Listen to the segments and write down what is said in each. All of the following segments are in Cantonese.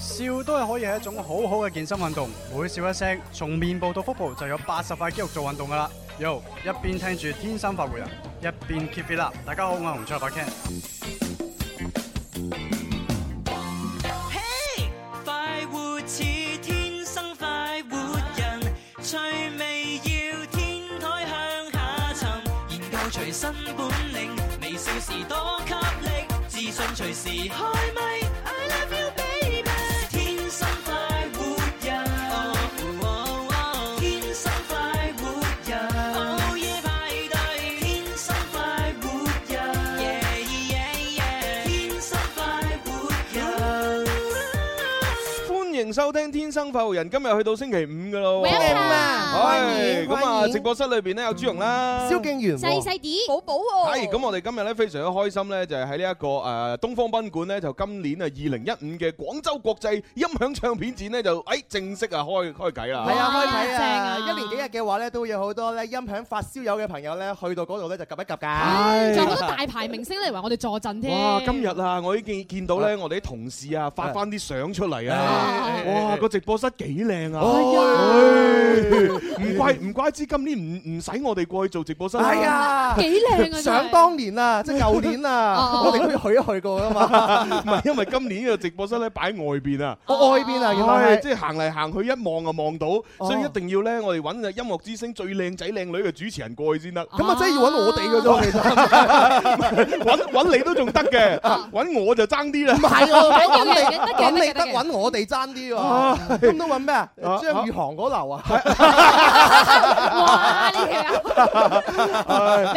笑都係可以係一種好好嘅健身運動，每笑一聲，從面部到腹部就有八十塊肌肉做運動噶啦。Yo，一邊聽住天生快活人，一邊 keep it up。大家好，我係洪卓立 Ken。嘿，快活似天生快活人，趣味要天台向下沉，研究隨身本領，微笑時多給力，自信隨時開咪。I love you baby，天生快活人，哦哦天生快活人，午夜派對，天生快活人，yeah yeah yeah，天生快活人。歡迎收聽《天生快活人》，今日去到星期五噶咯喎， Welcome 係歡迎咁啊！歡迎直播室裏邊咧有朱容啦，蕭敬元喎細細啲，寶寶喎，係咁，我哋今日咧非常之開心咧，就係喺呢一個誒東方賓館咧，就今年啊二零一五嘅廣州國際音響唱片展咧，就誒正式啊開開偈啦！係啊，開睇啊！正啊。一連幾日嘅話咧，都有好多咧音響發燒友嘅朋友咧，去到嗰度咧就及一及㗎。仲有好多大牌明星嚟話我哋助陣添。哇！今日啊，我已經見到咧，我哋啲同事啊發翻啲相出嚟啊！哇，個直播室幾靚啊！唉唔怪唔怪之今年唔唔使我哋過去做直播室啦。哎呀， 幾靚啊，真係。 想當年啊，即係舊年啊，哦。我哋都去一去過㗎嘛。唔 係因為今年嘅直播室咧擺喺外邊啊。我外邊啊，原來係。哦係即係行嚟行去一望就望到，所以一定要咧，我哋揾嘅音樂之星最靚仔靚女嘅主持人過去 先得。咁啊，真係要搵我哋㗎啫，其實。揾揾你都仲得 嘅，啊揾我就爭啲啦。 唔係喎，搵你-得嘅，得嘅，搵你得得，嘅，得嘅。 搵我哋爭啲喎。咁都搵咩啊？ 張宇航嗰流啊？ 哇，呢條友。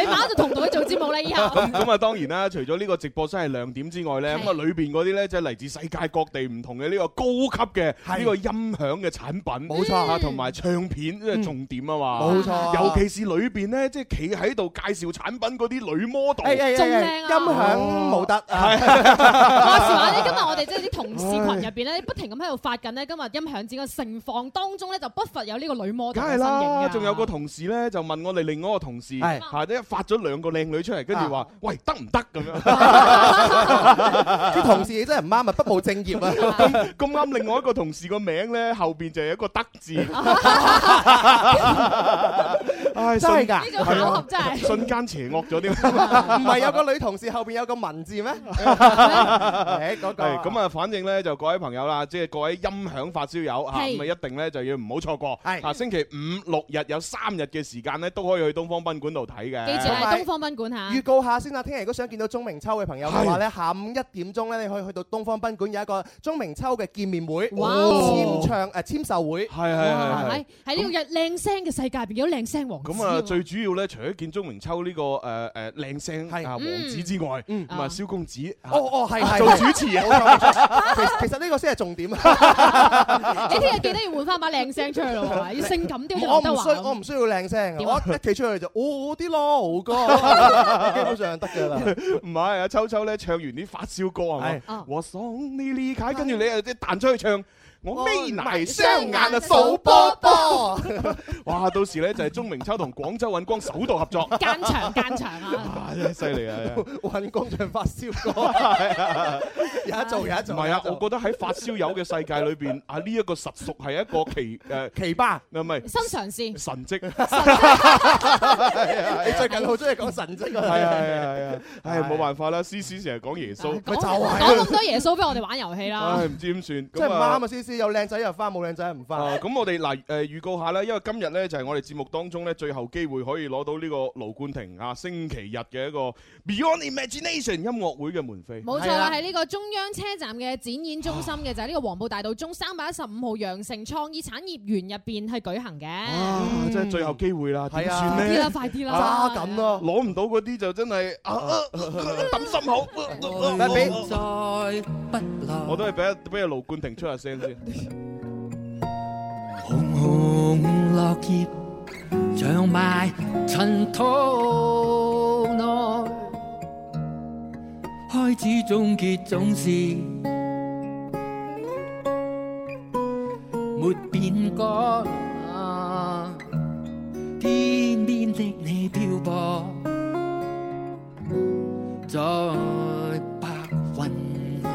你馬上就同隊做節目啦，以後。咁咁啊，當然啦，除咗呢個直播室係亮點之外咧，係咁啊裏邊嗰啲咧，即係嚟自世界各地唔同嘅呢個高級嘅係呢個音響嘅產品，冇錯嗯啊，同埋唱片即係重點啊嘛。冇錯。尤其是裏邊咧，即係企喺度介紹產品嗰啲女 model，哎，哎，哎，哎，仲靚啊。音響無得啊。話時話咧，今日我哋即係啲同事群入邊咧，不停咁喺度發緊咧，今日音響展嘅盛況當中咧，就不乏有呢個女魔頭嘅梗係啦，身影㗎。仲有個同事咧就問我哋另外一個同事，係嚇，即係發咗兩個靚女出嚟，跟住話：喂，得唔得咁 樣？啲同事真係唔啱啊，不務正業啊！咁咁啱，另外一個同事個名咧後邊就有一個得 字，唉，真係瞬㗎， 呢種巧合真係。瞬間邪惡 咗啲。 唔係有個女同事後邊有個文字 咩？誒嗰個係咁啊，反正咧就各位朋友啦，即係各位音響發燒友嚇，係咁啊一定咧就要唔好錯過。係啊，星期五六日有三日嘅時間咧，都可以去東方賓館度睇嘅。記住係同埋東方賓館嚇。預告下先啦，聽日如果想見到鐘明秋嘅朋友嘅話咧，下午一點鐘咧，你可以去到東方賓館有一個鐘明秋嘅見面會、哇簽唱誒簽售會。係係係係。喺喺呢個靚聲嘅世界入邊，有靚聲王子咁啊，喎最主要咧，除咗見鍾明秋呢個誒誒靚聲係啊王子之外，嗯咁啊蕭公子啊哦哦，係係做主持啊。冇錯冇 錯其其實呢個先係重點 啊！你聽日記得要換翻把靚聲出去咯喎，要性感啲，我好似劉唔德需我華。唔需要靚聲，點我啊一企出去就我啲咯， 哥，基本上得㗎啦。唔係啊，秋秋咧唱完啲發燒歌係咪係？哦我送你離開，跟住你又即係彈出去唱。我眯埋雙眼啊，數數波波波！波。哇，到時咧就係鐘明秋同廣州尹光首度合 作，間 場間場啊！哇，真係犀利啊！ 運工場發燒歌， 啊有得做有得做。有得唔係啊，我做覺得喺發燒友嘅世界裏邊，啊呢一個實屬係一個奇誒，奇葩，唔係新嘗試，神 蹟，啊你最近好中意講神蹟係啊啊！係啊係啊，唉冇辦法啦，思思成日講耶穌，咪就係啊講咁多耶穌俾我哋玩遊戲啦唉。唔知點算，真係咁唔啊啱啊！思思有靚仔又翻，冇靚仔又唔翻。啊，咁我哋嗱誒預告下啦，因為今日咧就係我哋節目當中咧最後機會可以攞到呢個盧冠廷啊星期日嘅一個 Beyond Imagination 音樂會嘅門飛。冇錯係啦啊啦，喺呢個中央車站嘅展演中心嘅就係呢個黃埔大道中三百一十五號羊城創意產業園入邊係舉行嘅。啊，真係最後機會啦，點係啊算快啲啦，咧？快啲啦！揸緊！啊咯，攞唔到嗰啲就真係啊啊抌心口。啊咪啊俾我都係俾一俾阿盧冠廷出下聲先。紅紅落葉長埋塵土內，開始終結總是沒變改。啊天邊的你漂泊在白雲外。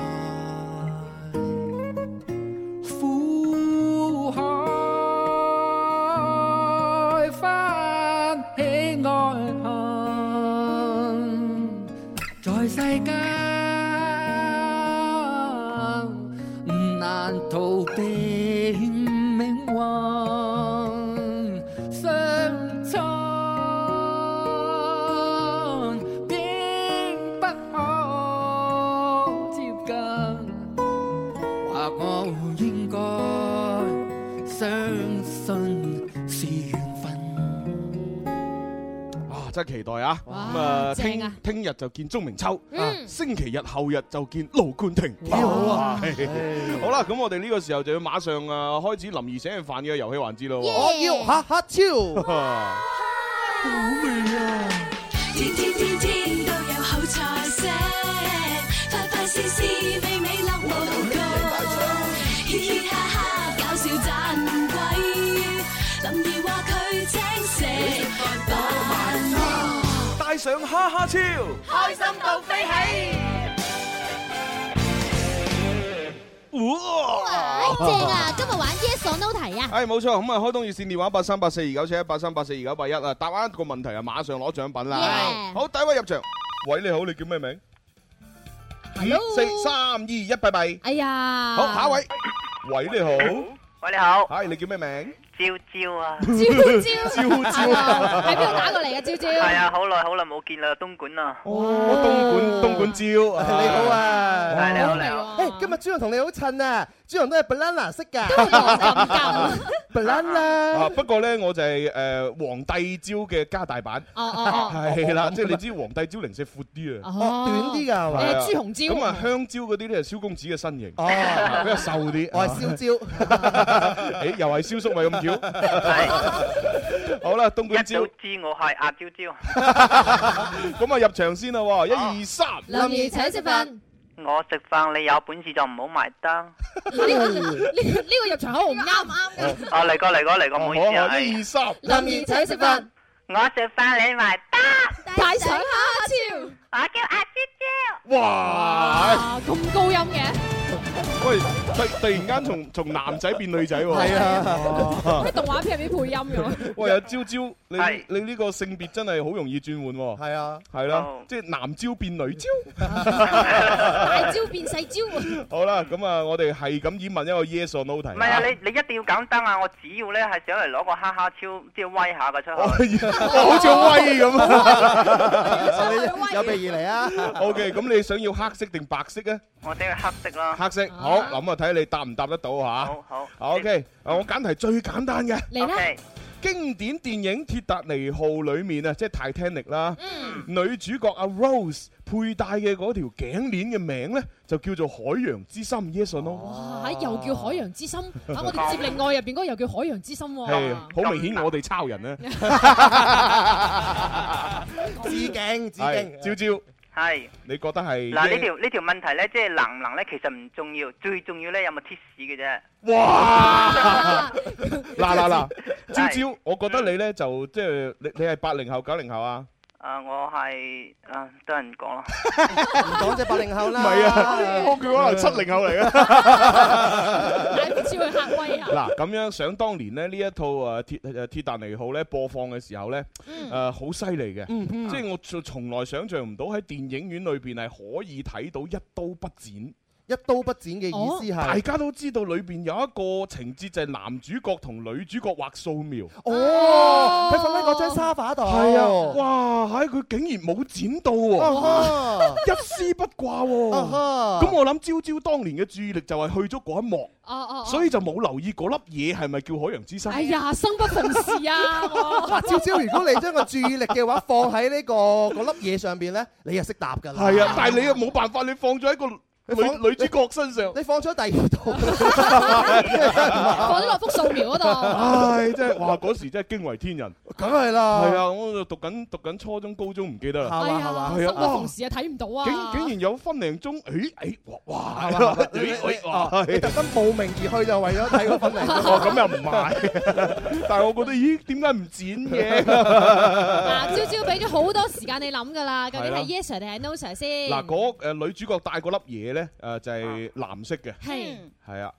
難逃避命運相襯，並不可接近。或我應該相信是緣分。啊，真係期待啊！哇咁啊，正聽啊聽日就見鐘明秋，嗯星期日後日就見盧冠廷。幾好啊 哇係好啦，咁我哋呢個時候就要馬上啊開始林兒請人飯嘅遊戲環節哦咯我要哈哈超，喎。天天天天都有好菜色，快快事事美美樂無窮，嘻嘻哈哈搞笑盞鬼，林兒話佢請食飯喎。帶上哈哈超，開心到飛起！哇！正啊！今日玩 Yes or No 題啊！係冇錯，咁啊開通熱線電話八三八四二九七一八三八四二九八一啊，答啱一個問題啊，馬上攞獎品啦！ Yeah 好，第一位入場，喂你好，你叫咩名？五四三二一，拜拜。哎呀，好，下一位，喂你好，喂，你好，係你叫咩名？朝朝啊，招招招招啊喺邊度打過嚟嘅招招？係啊，好耐好耐冇見啦，東莞啊，哦，東莞東莞招，你你好！啊！係你好你好，好誒，今日朱紅同你好襯啊！朱紅都係 banana 色都㗎黃咁咁，啊， ，banana。不過咧，我就係誒皇帝招嘅加大版，哦哦係啦，即係你知皇帝招零舍闊啲啊，哦，哦，短啲㗎係誒嘛？係啊朱紅招咁啊香蕉嗰啲咧係蕭公子嘅身形，哦，啊比較瘦 啲。我係 燒焦。誒又係蕭叔咪咁巧， 好啦，東一莞招早，知我係阿朝朝，咁啊入場先啦哦喎，一二三，林如請食飯，呢我食飯你有本事就唔好埋單，個呢個呢個入場口號唔啱啱嘅。啊嚟過嚟過嚟過，唔好意思啊，哦好一係二三， 林如請食飯，我食飯你埋單，帶上蝦我叫阿朝哇！超，咁高音嘅，喂，突突然間從從男仔變女仔喎，係啊，喺動畫片入邊配音咗。喂，阿朝朝，你係你呢個性別真係好容易轉換喎。係啊。系啦哦，即係男招變 女招。大招變細招，好啦，咁啊，我哋係咁以問一個 yes or no 題啊。朝，唔係啊，你你一定要簡單啊，我只要咧係想嚟攞個哈哈超，即係威下嘅出去。 我好似好威咁啊。有備而嚟啊！ O K，咁你想要黑色定白色啊？我整去黑色啦。黑色，好，咁啊睇下你答唔答得到吓。好好。 O K，啊我揀題最簡單嘅嚟啦！ OK，經典電影《鐵達尼號》裏面啊，即係 Titanic 啦，女主角阿 Rose 佩戴嘅嗰條頸鏈嘅名咧，就叫做海洋之心 yes or no。哇，又叫海洋之心，啊，我哋接力愛入邊嗰個又叫海洋之心係，喎。好明顯啊我哋抄人啊咧。啊致敬致係，敬。朝朝，係。你覺得係嗱，呢 yes- 條呢條問題咧，即係能唔能咧，其實唔重要，最重要咧有冇貼士嘅啫。哇！ 嗱嗱嗱，朝係朝，我覺得你咧就即係你你係八零後九零後啊？啊，我係啊，都係唔講啦。唔啊講隻八零後唔啦。佢可能七零後嚟嘅。大超去嚇威啊！嗱咁樣，想當年咧呢一套誒鐵誒鐵達尼號咧播放嘅時候咧，誒好犀利嘅，嗯嗯即係我從從來想象唔到喺電影院裏邊係可以睇到一刀不剪。一刀不剪嘅意思哦大係。家都知道裏邊有一個情節就係男主角同女主角畫素描。哦，佢瞓喺嗰張沙發度。係啊。哇！喺佢竟然冇剪到喎。啊哈。一絲不掛啊喎。哈。哦咁我諗朝朝當年嘅注意力就係去咗嗰一幕，哦哦哦，所以就冇留意嗰粒嘢係咪叫海洋之心。哎呀，生不逢時啊！我嗱，朝朝，如果你將個注意力嘅話放喺呢個 嗰粒嘢上邊咧，你就識答㗎啦。係啊，但係你又冇辦法，你放咗喺個放女女主角身上。你放咗第二度， 放咗落幅素描嗰度，唉，真係 哇！嗰時真係驚為天人。梗係啦。係，啊，我就讀緊讀緊初中、高中唔記得啦。係哎嘛係呀，嘛。生不逢時啊，睇唔到竟啊！竟然有分零鐘，誒誒，哇哇， 係嘛你咦你咦哇！你特登慕名而去就為咗睇嗰份 嚟。哦，咁又唔係，但係我覺得，咦，點解唔 剪嘅？嗱，朝朝俾咗好多時間你諗㗎啦，究係竟啦係 yes sir 定係 no sir 先？嗱，嗰誒女主角戴嗰粒嘢咧，誒就係藍色嘅。係係啊，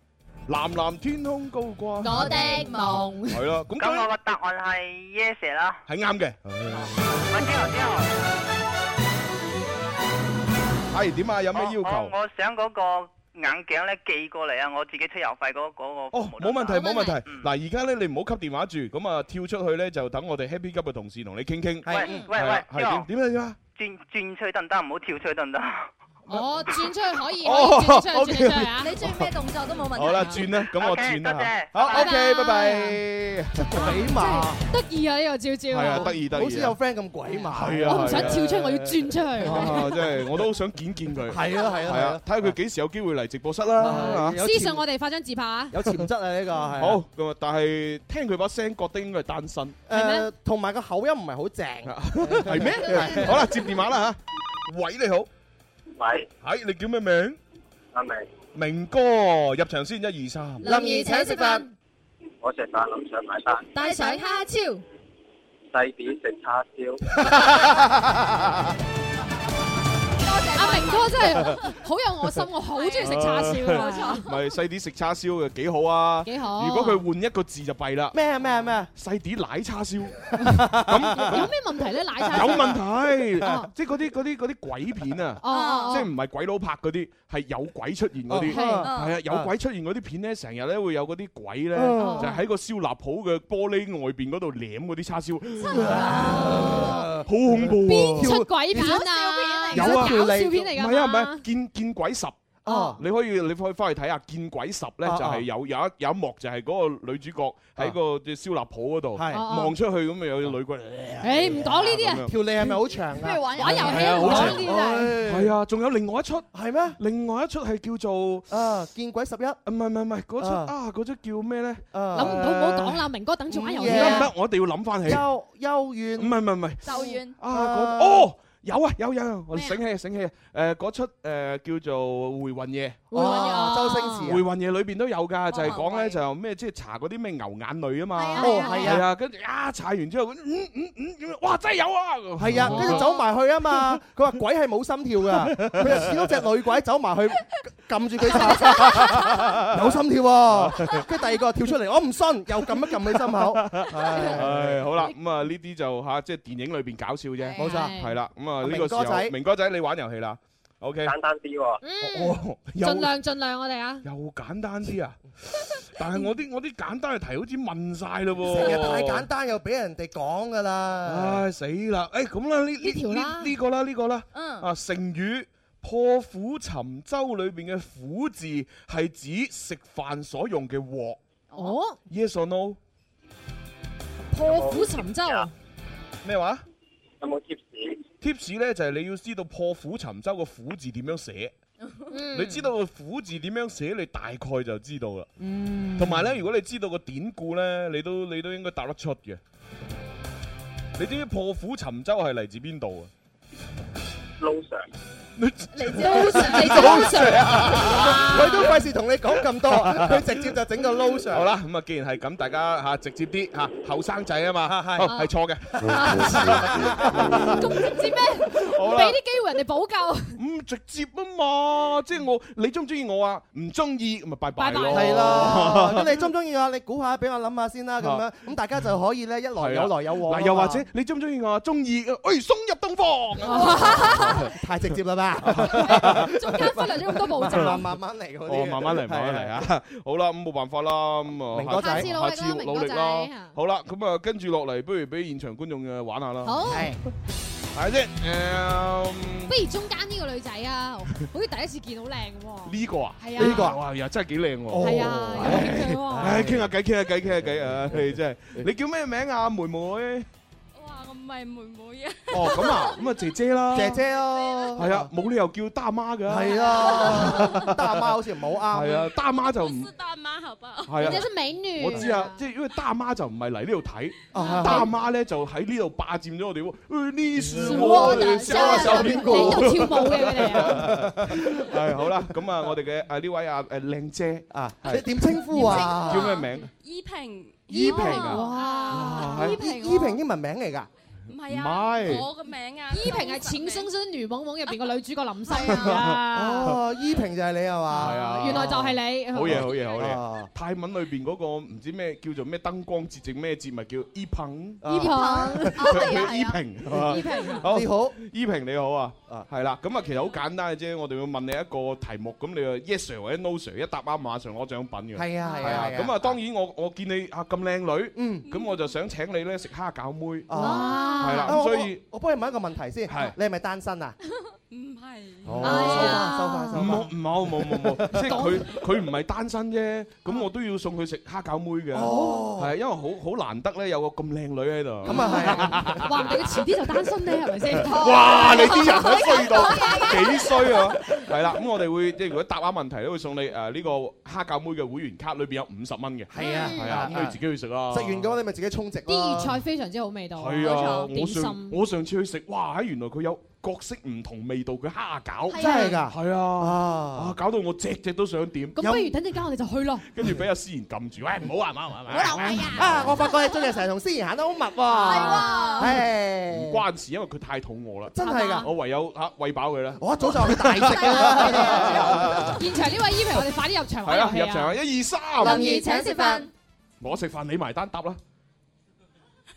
藍藍天空高掛，我的夢，係啦，咁咁我佢個答案係 yes 啦。係啱嘅。我之後之後，係點啊？有咩要我 ờ, 求？我我想嗰個眼鏡咧寄過嚟啊，我自己出郵費嗰嗰個哦，冇問題，啊冇問題。嗱，而家咧你唔好吸電話住，咁啊跳出去咧就等我哋 Happy 急嘅同事同你傾傾。喂係喂啊喂係，John 點點啊點啊？轉轉吹得唔得？唔好跳吹得唔得？啊我轉出去可以，哦可以轉出去，轉出去 OK 啊！你做咩動作都冇問題。好啦，轉啦，咁我 OK，轉啦多謝嚇好拜拜，OK，拜拜。鬼馬，得意啊！呢個招招，係啊，得意得意啊。好似有 friend 咁鬼馬。係啊我唔想跳出去，我要轉出去。啊，真係我都好想見見佢。係啊係啊係係啊啊，睇下佢幾時有機會嚟直播室啦。嚇有私潛信我哋發張自拍啊！有潛質啊呢個係。好，咁啊，但係聽佢把聲，覺得應該係單身，係咩誒，同埋個口音唔係好正。啊係咩？好啦，接電話啦嚇。喂，你好，喂，係你叫咩名？阿明，明哥，入場先，一二三。林怡請食飯，我食飯諗上埋單，帶上蝦超，細啲食叉 燒。阿明哥真係好有我心，我好中意食叉燒冇啊！錯。咪細啲食叉燒嘅幾好啊！幾好如果佢換一個字就弊啦，咩啊咩啊咩啊？細啲奶叉燒咁有咩問題咧？奶茶有問題哦，即係嗰啲嗰啲嗰啲鬼片啊！哦哦，即係唔係鬼佬拍嗰啲，係有鬼出現嗰啲，哦係係啊，有鬼出現嗰啲片咧，成日咧會有嗰啲鬼咧，哦就喺個燒臘鋪嘅玻璃外邊嗰度舐嗰啲叉燒，好恐怖邊啊！出鬼片啊？有啊搞笑片嚟㗎唔嘛，係啊，唔係見見鬼十。哦，你可以你可以翻去睇下《見鬼十》咧，啊就係有有一有一幕就係嗰個女主角喺個隻燒臘鋪嗰度係哦望出去咁啊，有隻女鬼。係誒唔講呢啲啊，條脷係咪好長不如㗎？玩玩遊戲係啊唔好講正呢啲啊。啊，仲有另外一出，係咩？另外一出係叫做唔啊，見鬼十一，啊係唔係唔係嗰出啊啊，嗰出叫咩咧？Ờ, 諗唔到，唔好講啦，明哥等住玩遊戲唔得唔啊！得，我哋要諗翻起。幽幽唔怨係唔係唔係就遠啊啊嗰哦。有啊有有有，我咩啊醒起啊醒起啊！誒嗰出誒叫做《回魂夜會玩遊戲啊周星》， 《係啊回魂夜》裏邊都有㗎，就係講咧喂就咩即係查嗰啲咩牛眼淚啊嘛。哦係啊哦係係啊，跟住啊踩完之後，嗯嗯嗯咁樣，哇真係有啊！係哦啊，跟住走埋去啊嘛。佢話鬼係冇心跳㗎，佢就見到隻女鬼走埋去撳住佢手，有心跳喎。跟住第二個跳出嚟，我唔信，又撳一撳佢心口。係唉，好啦，咁啊呢啲就吓即係電影裏邊搞笑啫，冇錯係啦，咁啊呢明個哥時候仔明哥仔你玩遊戲啦，OK，簡單啲喎，嗯，哦，又盡量盡量我哋啊！又簡單啲啊！但係我啲我啲簡單嘅題好似問晒嘞喎，成日太簡。單又俾人哋講㗎啦。唉死啦！誒咁啦，呢呢呢條啦呢呢個啦呢個啦，嗯啊成語破釜沉舟裏邊嘅釜字係指食飯所用嘅鑊哦， ，yes or no？破釜沉舟啊！咩話？ 有冇 tips？ tips 咧就係你要知道破釜沉舟個釜字點樣寫，嗯你知道個釜字點樣寫，你大概就知道啦。嗯同埋咧，如果你知道個典故咧，你都你都應該答得出嘅。你知唔知破釜沉舟係嚟自邊 度啊？撈 Sir，你嚟自高上，你啊佢都費事同你講咁多，佢直接就整個 low 上。好啦，咁啊，既然係咁，大家嚇直接啲嚇，後生仔啊嘛，係係錯嘅。咁直接咩？好俾啦，啲機會人哋補救。咁直接啊嘛，即係我你中唔中意我啊？唔中意咁咪拜拜拜拜咯。係 啦，咁你中唔中意啊？你估下，俾我諗下先啦，咁樣咁大家就可以咧，一來有來有往啊嘛。嗱，又或者你中唔中意我啊？中意，哎，送入洞房。太直接啦吧？中間忽略咗咁多步慢驟。慢慢嚟嗰啲。哦，慢慢嚟，慢慢嚟啊！好啦，咁冇辦法啦，咁啊，明哥下仔次努力下啦，次明努哥力啦仔。。好啦，咁啊，跟住落嚟，不如俾現場觀眾嘅玩下啦，好，係。係咪先？誒，不如中間呢個女仔啊，好似第一次見好靚喎。呢個啊，係啊呢個啊哦哇，又真係幾靚喎！係啊，有興趣喎。唉，傾下偈，傾下偈，傾下偈啊！唉真係，你叫咩名啊，妹妹？哇，我唔係妹妹啊，哦，咁啊，咁啊，姐姐啦，姐，姐咯。係啊，。冇理由叫大媽㗎，係啊，得阿媽好似唔好啱。係啊，大媽就唔大媽好不好？係人啊家。是美女。我知啊，即係因為大媽就唔係嚟呢度睇，啊大媽咧就喺呢度霸佔咗我哋喎。呃呢是我啊我的的小小蘋邊個啊喺果。度跳舞嘅佢哋 啊，係好啦，咁啊，我哋嘅啊呢位啊誒靚姐啊，係你點稱呼啊？叫咩名？依萍，依萍啊，哇！係依萍，依萍英文名嚟㗎。唔係啊，唔係我個名啊，依萍係《淺星星女懵懵》入邊個女主角林心 啊，哦，依萍就係你係嘛？係啊原來就係你，好嘢，好嘢，好啊嘢！泰文裏邊嗰個唔知咩叫做咩燈光節定咩節咪叫依萍，依萍啊佢係啊係佢啊依萍，依萍啊好你好，依萍你好啊，係啦，咁啊其實好簡單嘅啫，我哋會問你一個題目，咁你話 yes sir 或者 no sir，一答啱馬上攞獎品嘅。係啊係啊係啊咁啊當然我我見你啊咁靚女，咁我就想請你咧食蝦餃妹，係啊啦，啊我咁所以。我我幫你問一個問題先，係你係咪單身啊？唔係，哦收翻收翻收唔好翻。唔好 冇冇冇，即係佢佢唔係單身啫，咁我都要送佢食蝦餃妹嘅，哦係因為好好難得咧有個咁靚女喺度。咁 啊話唔定佢遲啲就單身咧，係咪先？ 哇！你啲人都 衰到幾衰啊！係啦，咁我哋會即係如果答啱問題咧，會送你誒呢個蝦餃妹嘅會員卡，裏邊有五十蚊嘅。係 啊係啊，咁你自己去食啦。食完嘅話，你咪自己充值咯。啲粵菜非常之好味道，係啊，點我上心。我上次去食，哇！原來佢有各式唔同味道嘅蝦餃，真係㗎係啊，啊搞到我隻隻都想點。咁不如等陣間我哋就去咯。 跟住俾阿思賢撳住，喂唔好啊，唔好啊唔好啊，啊！我發覺你最近成日同思妍行得好密喎。唔係喎。關事，因為佢太肚餓啦，真係㗎我唯有嚇餵飽佢啦。我一早就話佢大食㗎啊 啦。現場呢位依萍，我哋快啲入場係玩啦，遊戲入場啊，一二三，林怡請食飯，我食飯你埋單，答啦。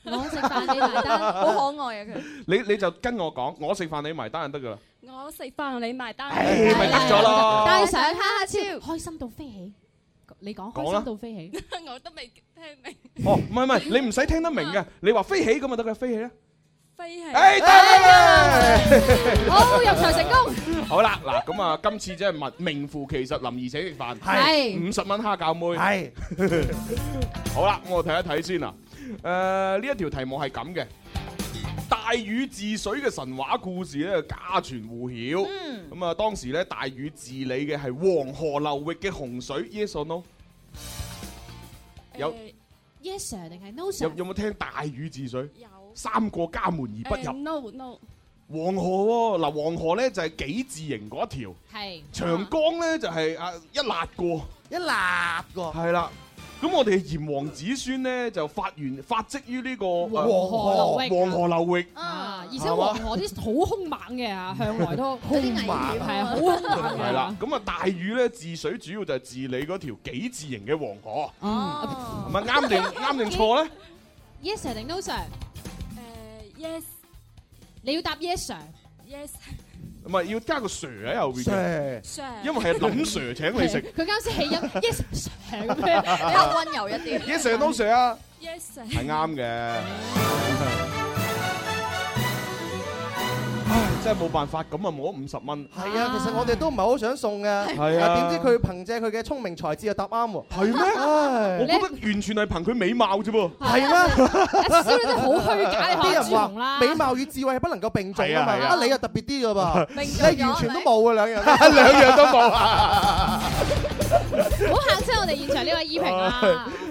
我食飯你埋單，好可愛啊佢。你你就跟我講，我食飯你埋單就得㗎啦。我食飯你埋 單，咪得咗咯帶上哈哈超， 開心到飛起。你講講啦開心到飛起，我都未聽明哦，唔係唔係，你唔使聽得明嘅，你話飛起咁就得㗎，飛起啦。飛起。誒哎得啦！好入場成功。好啦，嗱咁啊，今次真係名名副其實，林兒請食飯，係五十蚊蝦餃妹，係 好啦，咁我睇一睇先啊。誒、呢一條題目係咁嘅，大禹治水嘅神話故事咧，家傳户曉。咁啊、當時咧大禹治理嘅係黃河流域嘅洪水，yes or no？有 Yes sir 定係有 No sir？有冇聽大禹治水？有三過家門而不入。 no no，黃河喎，嗱黃河咧就係幾字形嗰一條，係長江咧就係、啊一辣過。一辣個。係啦。哦咁我哋炎黃子孫咧就發源發跡於呢個呃黃河流域黃河流域。啊！而且係嘛黃河啲好兇猛嘅啊，向 來都好兇猛係啊，好兇猛係嘅啦，。咁啊大禹咧治水主要就係治理嗰條幾字形嘅黃河，唔係啱定啱定錯咧？ Yes sir 定 No sir？誒 yes 你要答 Yes sir。 yes 唔係啊要加個 Sir 喺後邊嘅， sir，因為係林 Sir 請你 食。佢啱先起音 Yes sir 咁樣，比較温柔一啲 Yes Sir No Sir 啊， yes sir 係啱嘅。唉，真係冇辦法，咁啊冇咗五十蚊。係啊，其實我哋都唔係好想送嘅。係啊點知佢憑藉佢嘅聰明才智就答啱喎。係咩唉我覺得完全係憑佢美貌啫噃。係咩？阿蕭你真係好虛 假，你啲學人朱紅話啦。美貌與智慧係不能夠並重㗎嘛，係啊係啊啊你又特別啲㗎噃，並重咗你完全都冇啊兩樣。 兩樣都冇啊！好嚇親我哋現場呢位依萍啦。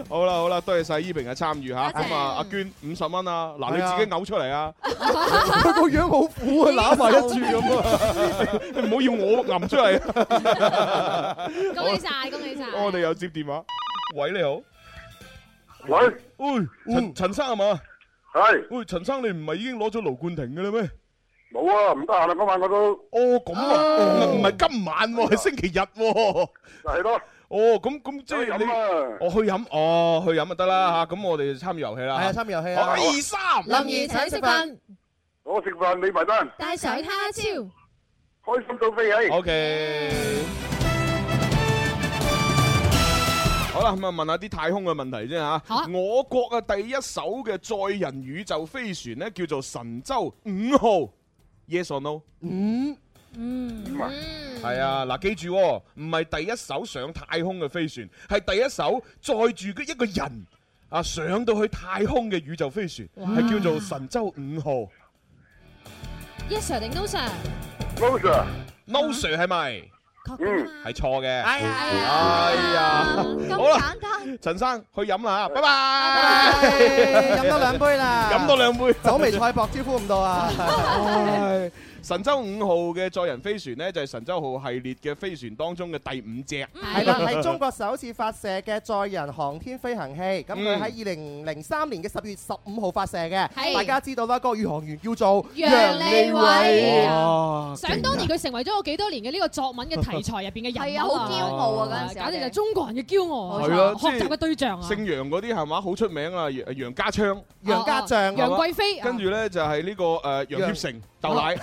好啦好啦，多謝晒依萍嘅參與嚇，多謝咁啊阿娟五十蚊啊，嗱你係啊自己嘔出嚟啊，佢 個樣好苦啊，攬埋一住 咁啊！你唔好要我揞出嚟啊。恭喜晒，恭喜晒！我哋又接電話，喂你好，喂，喂嗯陳陳生係啊嘛？係，喂陳生你唔係已經攞咗盧冠廷嘅啦咩？冇啊，唔得閒啦，今晚我都哦咁啊，唔係今晚喎，係星期日喎。係咯。哦，咁咁即係去你飲啊，我去飲，哦去飲就得啦嚇，咁我哋參與遊戲係啦。啊，參與遊戲好啊！二三，怡請食飯，我食飯你埋單，帶上他超。開心到飛起。 O K。好啦，咁啊問下啲太空嘅問題先吓。我國嘅第一艘嘅載人宇宙飛船咧，叫做神舟五號。Yes or no？嗯嗯，係啊，嗱，記住喎，唔係第一艘上太空嘅飛船，係第一艘載住嘅一個人啊上到去太空嘅宇宙飛船，係叫做神舟五號。 Yes sir 定 No sir？ No sir， No sir 係咪？嗯，係錯嘅。哎呀，好啦，陳生去飲啦，拜拜。唉飲多兩杯啦，飲多兩杯，酒微菜薄，招呼唔到啊！唉。神舟五號嘅載人飛船呢，就係神舟號系列嘅飛船當中嘅第五隻。Ừ, 係啦，係中國首次發射嘅載人航天飛行器，咁佢嗯喺二零零三年嘅十月十五號發射嘅。係大家知道啦，個宇航員叫做楊利偉哇想當年佢成為咗我幾多年嘅呢個作文嘅題材入邊嘅人物，係啊好驕傲啊嗰陣時簡直就係中國人嘅驕傲，係咯，學習嘅對象啊，姓楊嗰啲係嘛，好出名啊，楊楊家昌、楊家係將嘛楊貴妃啊跟住咧就係呢個誒楊協成、豆奶，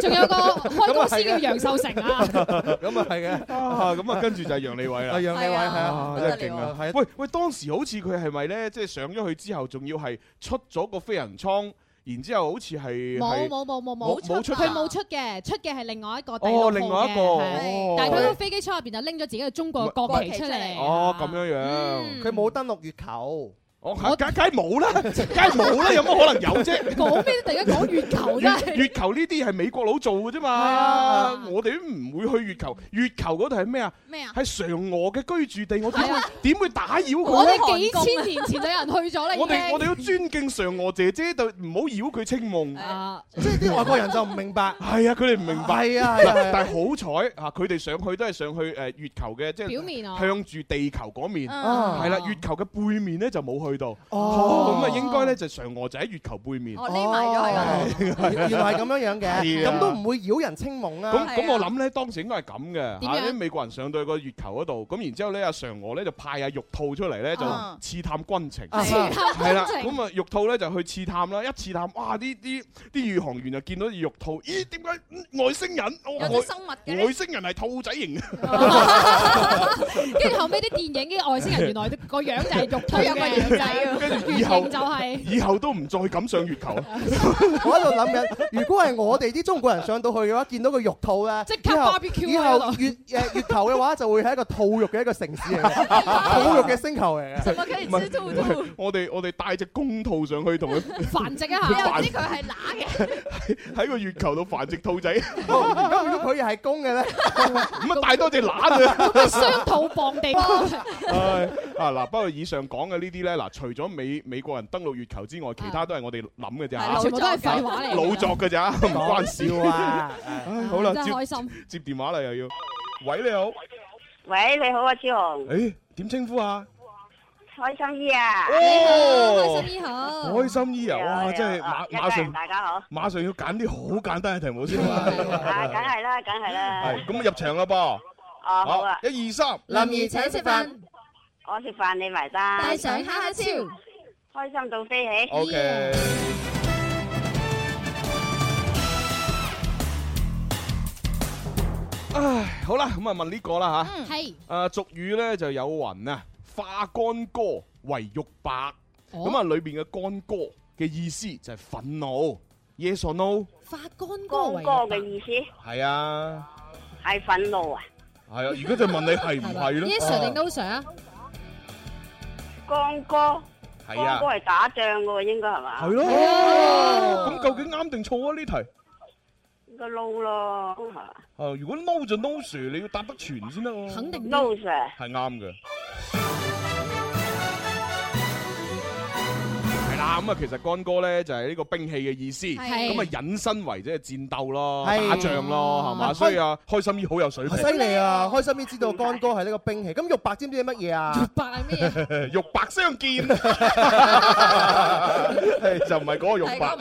仲有個啊開公司叫楊秀成啊， 咁 啊係嘅，啊咁啊跟 住就係楊利偉啦，楊利偉係啊真係勁不得了啊啊！喂喂，當時好似佢係咪咧，即係上咗去之後，仲要係出咗個飛行艙，然之後好似係冇係冇冇冇冇冇出佢冇出嘅，出嘅係另外一個第六號哦嘅另外一個係哦但係佢個啊飛機艙入邊就拎咗自己嘅中國嘅國旗出嚟。哦咁樣嗯樣，佢冇登陸月球。我梗梗係冇啦， 梗係冇啦，有乜可能有啫？ 講咩？突然間講月球真月係月球呢啲係美國佬做嘅啫啊嘛，我哋都唔會去月球。月球嗰度係咩啊？咩啊係嫦娥嘅居住地，我點係會啊點會打擾佢？我哋幾千年前就有人去咗啦，我哋已經我哋要尊敬嫦娥姐姐，就唔好擾佢清夢。啊， 即係啲外國人就唔明白。係啊，佢哋唔明白。係 啊係啊係啊但係好彩啊，佢哋上去都係上去誒月球嘅，即係表面啊向住地球嗰面。啊係啦，月球嘅背面咧就冇去到。哦咁啊應該咧就嫦娥就喺月球背面。哦匿埋咗喺係原來係咁樣樣嘅，哦係啊咁都唔會擾人清夢啊。咁咁我諗咧，當時應該係咁嘅點嚇，樣啲美國人上到去個月球嗰度，咁然之後咧，阿嫦娥咧就派阿玉兔出嚟咧，就啊刺探軍情，啊刺探軍情係啦，咁啊玉兔咧就去刺探啦，一刺探，哇！啲啲啲宇航員就見到隻玉兔，咦？點解嗯外星人？哦有隻外生物嘅咧外星人係兔仔型， 跟住後尾啲電影啲外星人原來個樣就係肉推有個嘅，樣仔啊跟住以後原型 就係以後都唔再敢上月 球。我喺度諗緊，如果係我哋啲中國人上到去嘅話，見到個肉兔咧，即刻以後 barbecue 以喺後度月 誒月球嘅話，就會係一個兔肉嘅一個城市嚟嘅，兔肉嘅星球嚟嘅。啊唔係唔係我哋我哋帶隻公兔上去同佢 繁殖一下，繁知佢係 乸嘅，喺個月球度繁殖 兔仔，咁如果佢又係公嘅咧，咁啊帶多隻乸啊！雙肚傍地方，唉啊嗱，不過以上講嘅呢啲咧，嗱，除咗美美國人登陸月球之外，其他都係我哋諗嘅啫係老嚇，全部都係廢話嚟嘅啊老作嘅咋，唔關事講笑啊！唉好啦，真係開接心接電話啦又要，喂你好，喂，你好啊，朱紅，誒點稱呼啊？開心姨 à? 啊！哦姨好開心姨啊！哎哇，ờ, 真係馬馬上大家好，馬上要揀啲好簡單嘅題目先啦，Ờ, 啊，Ờ, 梗係啦，梗係啦，係咁入場啦噃，Ờ, Ờ, 哦，好 à, 啊，一二三，怡飯，我食飯你埋單，帶上哈哈超開心到飛起 O K。唉，好啦，咁啊問呢個啦嗯吓，係誒俗語咧就有云啊，化干戈為玉帛，哦咁啊裏邊嘅干戈嘅意思就係憤怒，yes or no？發干戈光為哥嘅意思係啊，係憤怒 à? 啊，係 啊，而家就問你係唔係咯 Yes sir 定 No sir 啊？光哥，係光啊哥，係打仗嘅喎，應該係嘛？係咯，哦咁究竟啱定錯啊呢題？應該撈咯，係嘛啊，如果 no 就 no sir，你要答得全先得喎。肯定 no sir。係啱嘅。係啦，咁啊，其實干戈咧就係呢個兵器嘅意思，係咁啊引申為即係戰鬥咯、係打仗咯，係嘛？啊所以啊，開心姨好有水平，犀利啊！開心啲知道干哥係呢個兵器。咁肉白知唔知係乜嘢啊？ 肉白相見，就唔係嗰個肉白，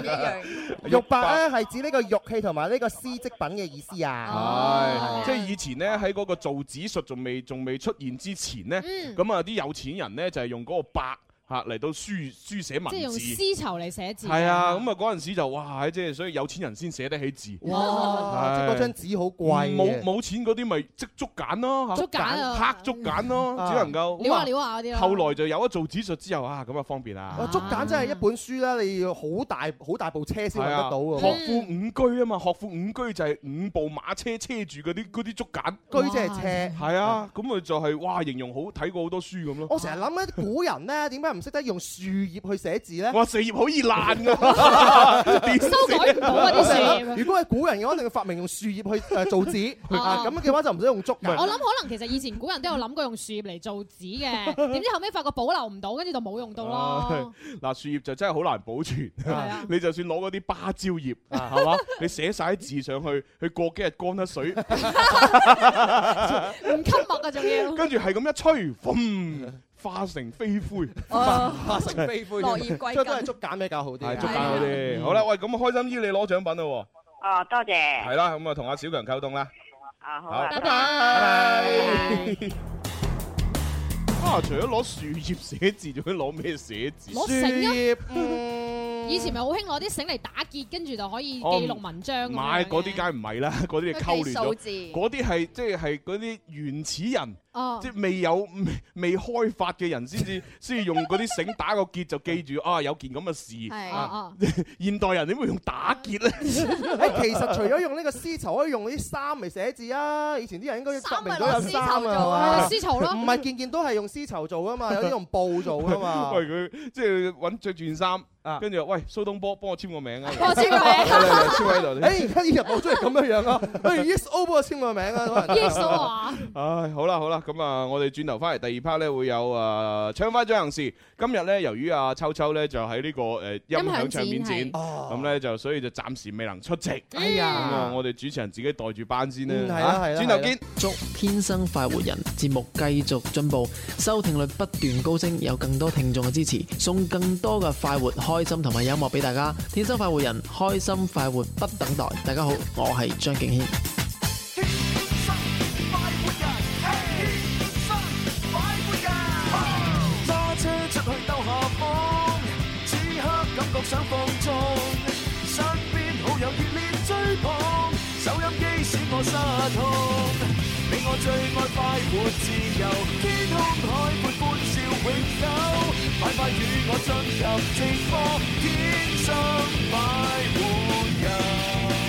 肉白咧係指呢個玉器同埋呢個絲織品嘅意思啊。係，即係以前咧喺嗰個造紙術仲未仲未出現之前咧，嗯咁啊啲有錢人咧就係用嗰個白嚇嚟到書書寫文即係用字，絲綢嚟寫字。係啊，咁啊嗰陣時就哇，即係所以有錢人先寫得起字。哇！即係嗰張紙好貴嘅。冇冇錢嗰啲咪即竹簡咯，竹簡啊黑竹簡咯，啊只能夠撩下撩下嗰啲咯後來就有咗做紙術之後啊，咁啊方便啦。哇！竹簡真係一本書啦，你要好大好大部車先揾得到喎。學富五居啊嘛，學富五居就係五部馬車車住嗰啲嗰啲竹簡，居即係車係啊，咁啊就係哇，形容好睇過好多書咁咯。我成日諗咧，古人咧點解唔唔識得用樹葉去寫字咧？哇！樹葉好易爛㗎 點寫修 改唔到啊啲樹葉如果係古人嘅話，一定要發明用樹葉去誒造紙啊！咁嘅話就唔使用竹㗎。我諗可能其實以前古人都有諗過用樹葉嚟做 紙嘅，點知後尾發覺保留唔到，跟住就冇用到咯。嗱，樹葉就真係好難保存啊， 你就算攞嗰啲芭蕉葉，係嘛，你寫晒啲字上 去，佢過幾日乾得水，唔吸墨啊，仲要。跟住係咁一 吹，嘣，化成飛灰，化化成飛灰，落葉歸所以都係竹簡比較好啲啊係嘅。捉緊嗰啲。嗯好啦，喂，咁開心姨你攞獎品啦喎，Ờ, 哦，多謝。係啦，咁啊同阿小強溝通啦。啊，好好，啊，拜拜。啊！除咗攞樹葉寫字，仲可以攞咩寫字？攞繩啊！以前咪好興攞啲繩嚟打結，跟住就可以記錄文章咁唔樣係嘅嗰啲梗係唔係啦，嗰啲你佢記溝亂數咗字，嗰啲係即係係嗰啲原始人，哦即係未有 未未開發嘅人先至 先至用嗰啲繩打個結就記住啊有件咁嘅事。係哦啊現代人點會用打結 咧？誒，其實除咗用呢個絲綢，可以用啲衫嚟寫字啊！以前啲人應該發明咗有衫啊，係嘛絲綢咯唔係件件都係用絲綢做噶嘛，有啲用布做噶 嘛。 喂佢即係揾着件衫，啊跟住話喂蘇東坡幫我簽個名 啊！哎幫我簽個名 啊係啦簽喺度。 誒，而家啲人好中意咁樣 樣啊！不如 Yes O 幫我簽個名啊，可能 Yes O 啊！唉，好啦好啦，咁啊，我哋轉頭翻嚟第二 part 咧，會有誒唱翻張行事。今日咧，由於阿秋秋咧就喺呢個誒音響唱片展，音響展係咁咧就所以就暫時未能出席。哎呀咁啊，我哋主持人自己袋住班先嗯啦。啊係啦係啦轉頭見。祝天生快活人節目繼續進步，收聽率不斷高升，有更多聽眾嘅支持，送更多嘅快活、開心同埋幽默俾大家。天生快活人，開心快活不等待。大家好，我係張敬軒。揸車出去兜下風，此刻感覺想放縱，身邊好友熱烈追捧，收音機使我失控。你我最愛快活自由，天空海闊歡笑永久，快快與我進入直播，天生快活人，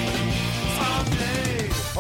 翻你。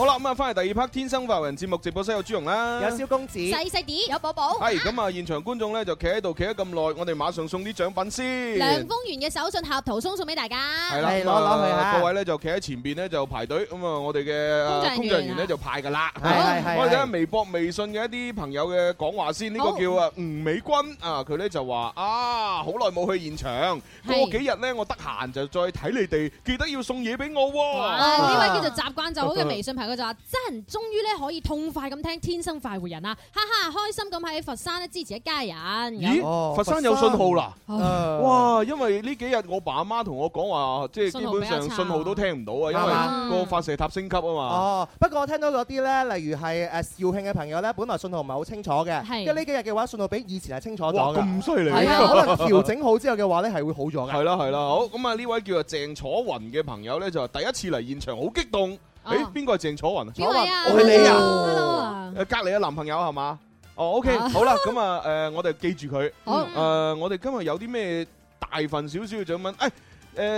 好啦，咁啊，翻嚟第二 part《天生快活人》節目直播室有朱容啦，有蕭公子，細細啲，有寶寶，係咁啊，現場觀眾咧就企喺度企咗咁耐，我哋馬上送啲獎品先。梁豐源嘅手信盒圖送送俾大家，係啦，係咁攞攞去啊啊各位咧就企喺前邊咧就排隊，咁啊我哋工作人員嘅工作人員咧就派㗎啦。係係係我哋睇下微博、微信嘅一啲朋友嘅講話先，呢個好叫啊吳美君啊，佢咧就話啊好耐冇去現場，過幾日咧我得閒就再睇你哋，記得要送嘢俾我啊喎。呢位叫做習慣就好嘅微信朋友就話：真終於咧可以痛快咁聽《天生快活人》啦，哈哈，開心咁喺佛山咧支持一家人。咦，佛山有信號啦！哦哇，因為呢幾日我爸媽同我講話，即係信基號本比上較差信號都聽唔到啊，因為個發射塔升級啊嘛。哦，不過我聽到嗰啲咧，例如係誒肇慶嘅朋友咧，本來信號唔係好清楚嘅，跟係住呢幾日嘅話，信號比以前係清楚咗哇嘅。咁犀利係啊，可能調整好之後嘅話咧，係會好咗嘅。係啦係啦，好咁啊！呢位叫做鄭楚雲嘅朋友咧，就話第一次嚟現場好激動。誒，邊個係鄭楚雲啊？楚邊位啊雲，我係你？Hello 啊啊！誒，隔離嘅男朋友係嘛？哦，OK，啊好啦，咁啊，誒，我哋記住佢。好誒，我哋今日有啲咩大份少少嘅獎品？誒。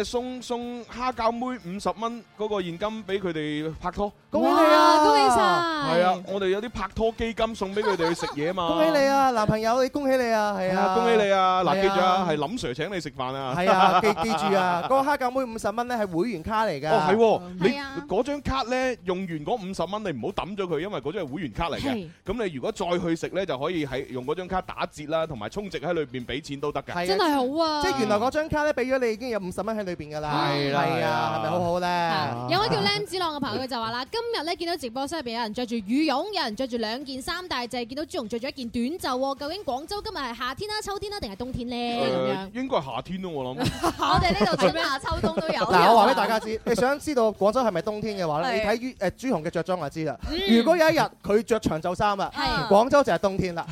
誒送送蝦餃妹五十蚊嗰個現金俾佢哋拍拖，恭喜你啊哇恭喜晒係啊，我哋有啲拍拖基金送俾佢哋去食嘢嘛！ 恭喜你！啊，男朋友，你恭喜你啊，係啊，恭喜你啊！嗱，記住啊，係係林 Sir 請你食飯啊！係啊，記記住 啊，嗰個蝦餃妹五十蚊咧係會員卡嚟㗎。啊哦，係喎，你嗰張卡咧用完嗰五十蚊，你唔好抌咗佢，因為嗰張係會員卡嚟嘅係。咁你如果再去食咧，就可以喺用嗰張卡打折啦，同埋充值喺裏邊俾錢都得係啊㗎。好啊即係原來嗰張卡咧俾咗你已經有五十蚊喺裏邊㗎啦。係啦係啊，係咪好好咧？有位叫 Lam 子朗嘅朋友佢就話啦：今日咧見到直播室入邊有人着住羽絨，有人着住兩件衫，但係就係見到朱紅着住一件短袖喎。究竟廣州今日係夏天啦、秋天啦，定係冬天咧？咁樣誒，應該係夏天咯，我諗。我哋呢度春夏秋冬都有。嗱，我啊話俾大家知，你想知道廣州係咪冬天嘅話咧，你係睇於誒朱紅嘅着裝就知啦。如果有一日佢着長袖衫啦，啊廣州就係冬 天啦。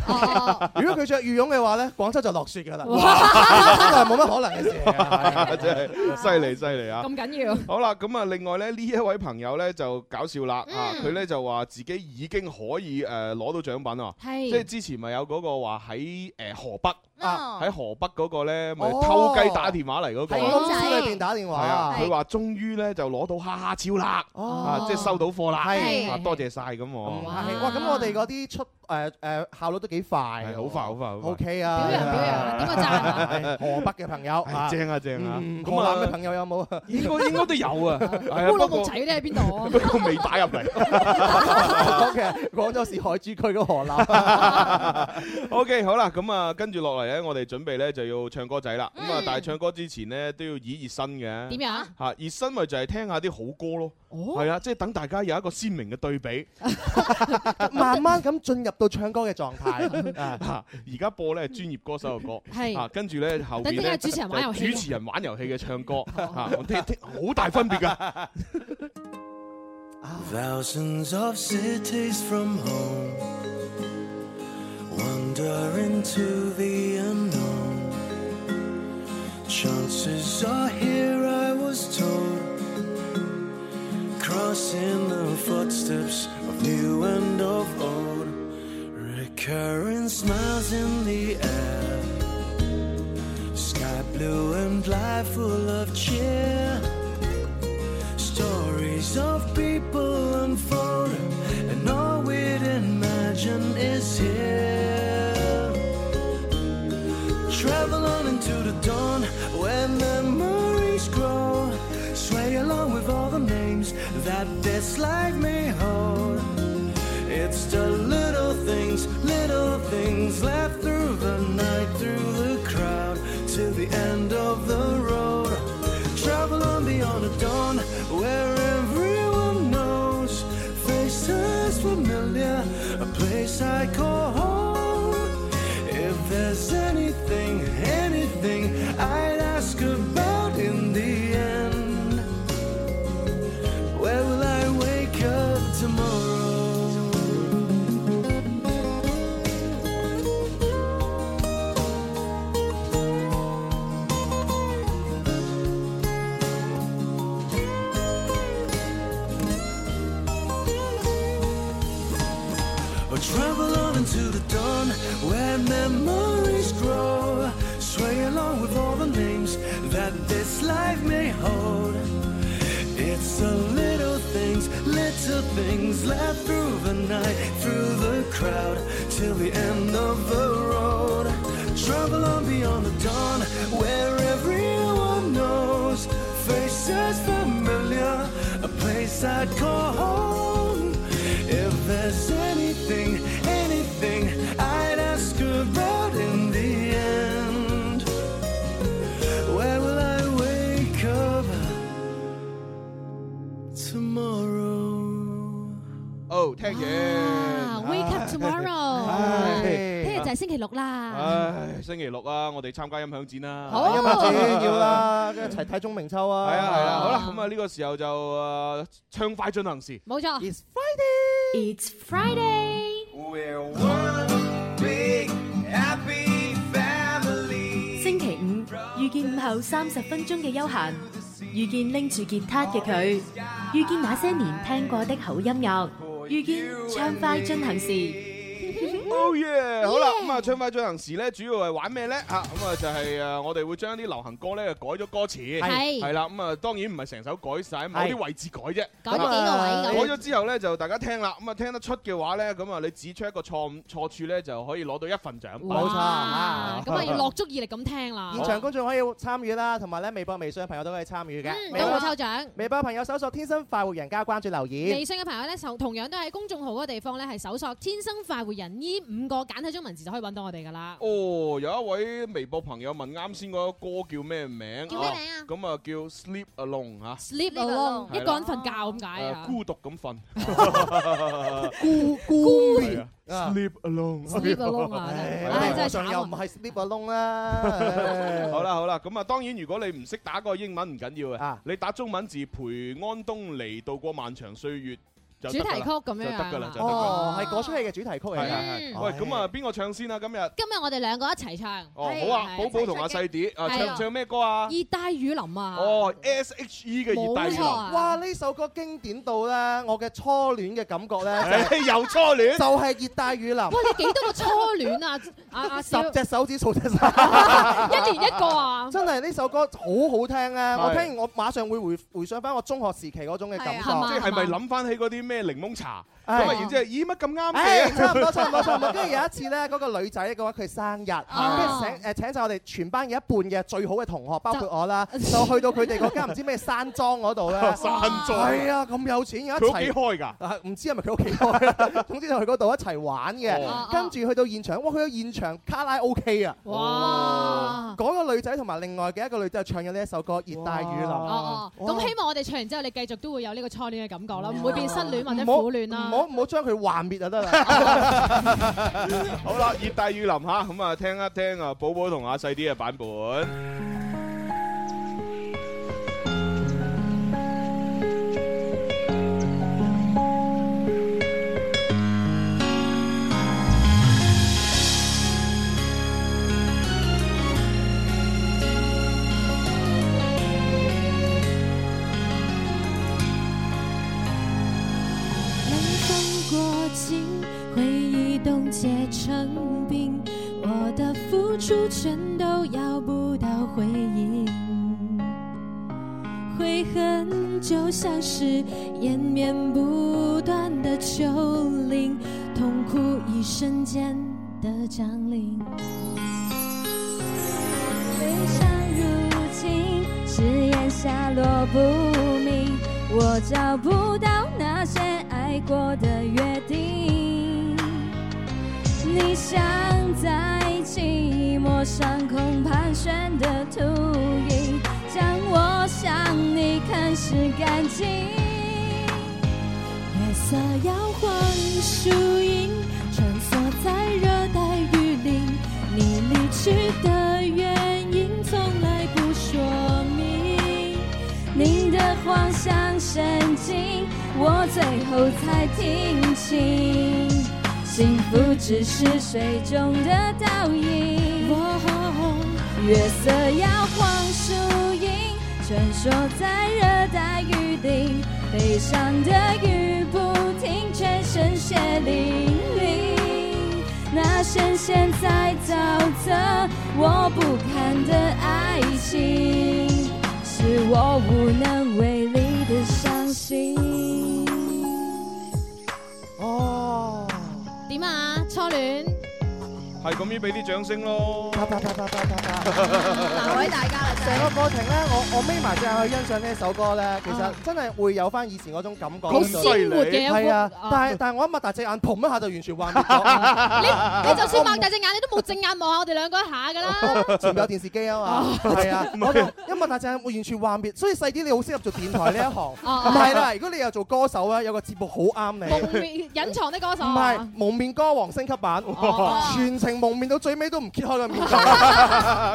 如果佢着羽絨嘅話咧，廣州就落雪㗎啦。呢個係冇乜可能嘅事。啊 真係犀利犀利啊！緊要。好啦，咁啊，另外咧呢一位朋友咧就搞笑啦嗯啊！佢咧就話自己已經可以誒攞到獎品啊，係嗯即係之前咪有嗰個話喺誒河北啊哦喺河北嗰個咧，咪偷雞打電話嚟嗰個。喺公司裏邊打電係話。啊，佢話終於咧就攞到哈哈超啦，哦啊即係收到貨啦，係啊多謝晒咁我。係哇！咁啊我哋嗰啲出誒誒效率都幾快喎，好快好快好快 O K 啊！表揚表揚點個讚啊係 河北嘅朋 友啊，正啊正啊！咁河南嘅朋友有 冇 啊？應該應該都有 啊，係啊烏魯不木過齊嗰啲喺邊度 啊？不過未打入嚟。 O K，廣州市海珠區嘅河 南。 O K，好啦，咁啊，跟住落嚟咧，我哋準備咧就要唱歌仔嗯啦。咁啊，但係唱歌之前咧都要熱熱身嘅。點樣啊嚇，熱身咪就係聽下啲好歌咯。哦係啊，即係等大家有一個鮮明嘅 對比。慢慢咁進入到唱歌嘅狀 態。啊而家播咧係專業歌手 嘅歌，係啊，跟住咧後等邊陣咧間主持人玩遊戲主持人玩遊戲嘅唱 歌，啊，我聽聽好大分別㗎。 Thousands of cities from home wander into the unknown. Chances are here, I was told, crossing the footsteps of new and of old. Recurring smiles in the air, sky blue and life full of cheer. Stories of people unfold, and all we'd imagine is here. Travel on into the dawn where memories grow. Sway along with all the names that this life may hold. It's the little things, little things left through the night, through the crowd, to the end of the road. Travel on beyond the dawn, where everyone knows faces familiar, a place I call home. If there's anything, anything I'd ask about in the end, where will I wake up tomorrow? Or travel on into the dawn where memories grow. Sway along with all the names that this life may hold. It's the little things, little things left through the night, through the crowd, till the end of the road. Travel on beyond the dawn where everyone knows. Faces familiar, a place I'd call home. If there's anything, anything I'd ask about in the end, where will I wake up tomorrow? 哦，聽啊完。 ，Wake Up Tomorrow，唉聽日就係星期六啦。唉，星期六啊，我哋參加音響展啦。好音樂展要啦，跟住一齊睇鐘明秋啊。係啊係啊，好啦，咁啊呢個時候就誒暢快進行時。冇錯。 It's It's Friday。星期五遇見午後三十分鐘嘅休閒，遇見拎住吉他嘅佢，遇見那些年聽過的好音樂，遇見暢快進行時。嗯 Oh yeah！好啦，咁啊，唱快進行時咧，主要係玩咩咧？嚇，咁啊就係誒，我哋會將啲流行歌咧改咗歌詞，係係啦，咁啊當然唔係成首改晒，某啲位置改啫，啊改咗幾個位咁改咗之後咧就大家聽啦，咁啊聽得出嘅話咧，咁啊你指出一個錯誤錯處咧就可以攞到一份獎品，冇錯啊咁啊要落足意力咁聽啦。現場觀眾可以參與啦，同埋咧微博、微信嘅朋友都可以參與嘅。嗯都啊會抽獎。微博嘅朋友搜索「天生快活人家」，關注留微言。信嘅朋友咧，同同樣都喺公眾號嗰個地方咧，係搜索「天生快活人」呢五個簡體中文字就可以揾到我哋噶啦。哦，有一位微博朋友問啱先嗰個歌叫咩名？叫咩名啊咁啊叫 Sleep Alone 啊嚇 Sleep alone，係一啦個人瞓覺咁解誒啊。呃孤獨咁瞓， 孤孤係啊 Sleep alone。 Sleep alone 啊唉唉真係慘啊又唔係 sleep alone 啦 好啦好啦，咁啊，當然如果你唔識啊打個英文唔緊要嘅，你打中文字陪安東尼度過漫長歲月。就得㗎啦主題曲咁樣就得㗎啦啊，就得㗎啦哦，係嗰出戲嘅主題曲嚟係係㗎。係。喂，咁啊，邊個唱先啊？今日今日我哋兩個一齊唱。哦，好啊，寶寶同阿細碟啊，係啊唱唱咩歌啊？熱帶雨林啊！哦，S.H.E 嘅熱帶 雨林。哇！呢首歌經典到咧，我嘅初戀嘅感覺咧， 誒哎又初戀，就係熱帶雨林。哇！你幾多個初戀啊？阿阿小十隻手指數隻 手，一年一個啊！真係呢首歌好好聽咧！我聽完我馬上會回回想翻我中學時期嗰種嘅感覺，即係係咪諗翻起嗰啲咩檸檬茶？咁係啊，然之後，咦乜咁啱 唉嘅？差唔多，差唔多，差唔多。跟住有一次咧，嗰個女仔嘅話，佢生日，啊啊跟住請誒請晒我哋全班嘅一半嘅最好嘅同學，包括我啦，就去到佢哋嗰間唔知咩山莊嗰度咧。 山莊係啊，咁有錢嘅哎一佢屋齊企。開㗎。啊唔知係咪佢屋企開 啦，總之就去嗰度一齊玩嘅哦，跟住去到現場，哇！去到現場卡拉 OK 啊！哇！嗰個女仔同埋另外嘅一個女仔就唱咗呢一首歌《熱帶雨林》。哦哦，咁希望我哋唱完之後，你繼續都會有呢個初戀嘅感覺啦，唔會變失戀或者哦唔好苦戀啊啦唔。好唔好將佢幻滅就得啦。好啦，熱帶雨林吓，咁啊聽一聽啊寶寶同阿細啲嘅版本。能风过境，会移冻结成冰，我的付出全都要不到回应。悔恨就像是延绵不断的丘陵，痛苦一瞬间的降临。悲伤如镜，誓言下落不明，我找不到那些爱过的约定。你像在寂寞上空盘旋的秃鹰，将我向你看是干净。月色摇晃树影，穿梭在热带雨林。你离去的原因从来不说明，你的谎像神经，我最后才听清，幸福只是水中的倒影。月色摇晃树影，穿梭在热带雨林，悲伤的雨不停，全身血淋淋。那深陷在沼泽我不堪的爱情，是我无能为力的伤心。哦，點啊？初戀係咁要俾啲掌聲 咯！啪啪啪啪啪啪啪！位大家啦，哦成個過程咧，我我眯埋隻眼去欣賞呢一首歌咧，其實真係會有翻以前嗰種感覺。好鮮活嘅有係啊啊！但係啊但係我一擘大隻眼，砰 一下就完全幻滅咗。 你就算擘大隻眼，你都冇正眼望下我哋兩個一下㗎啦。前面有電視機啊嘛，哦係 啊，我就一擘大隻眼，我完全幻滅。所以細啲你好適合做電台呢一 行，哦哦唔係啦。如果你又做歌手啊，有個節目好啱蒙你。面隱藏的歌手唔係啊。蒙面歌王升級版，哦全程蒙面到最尾都唔揭開個面罩，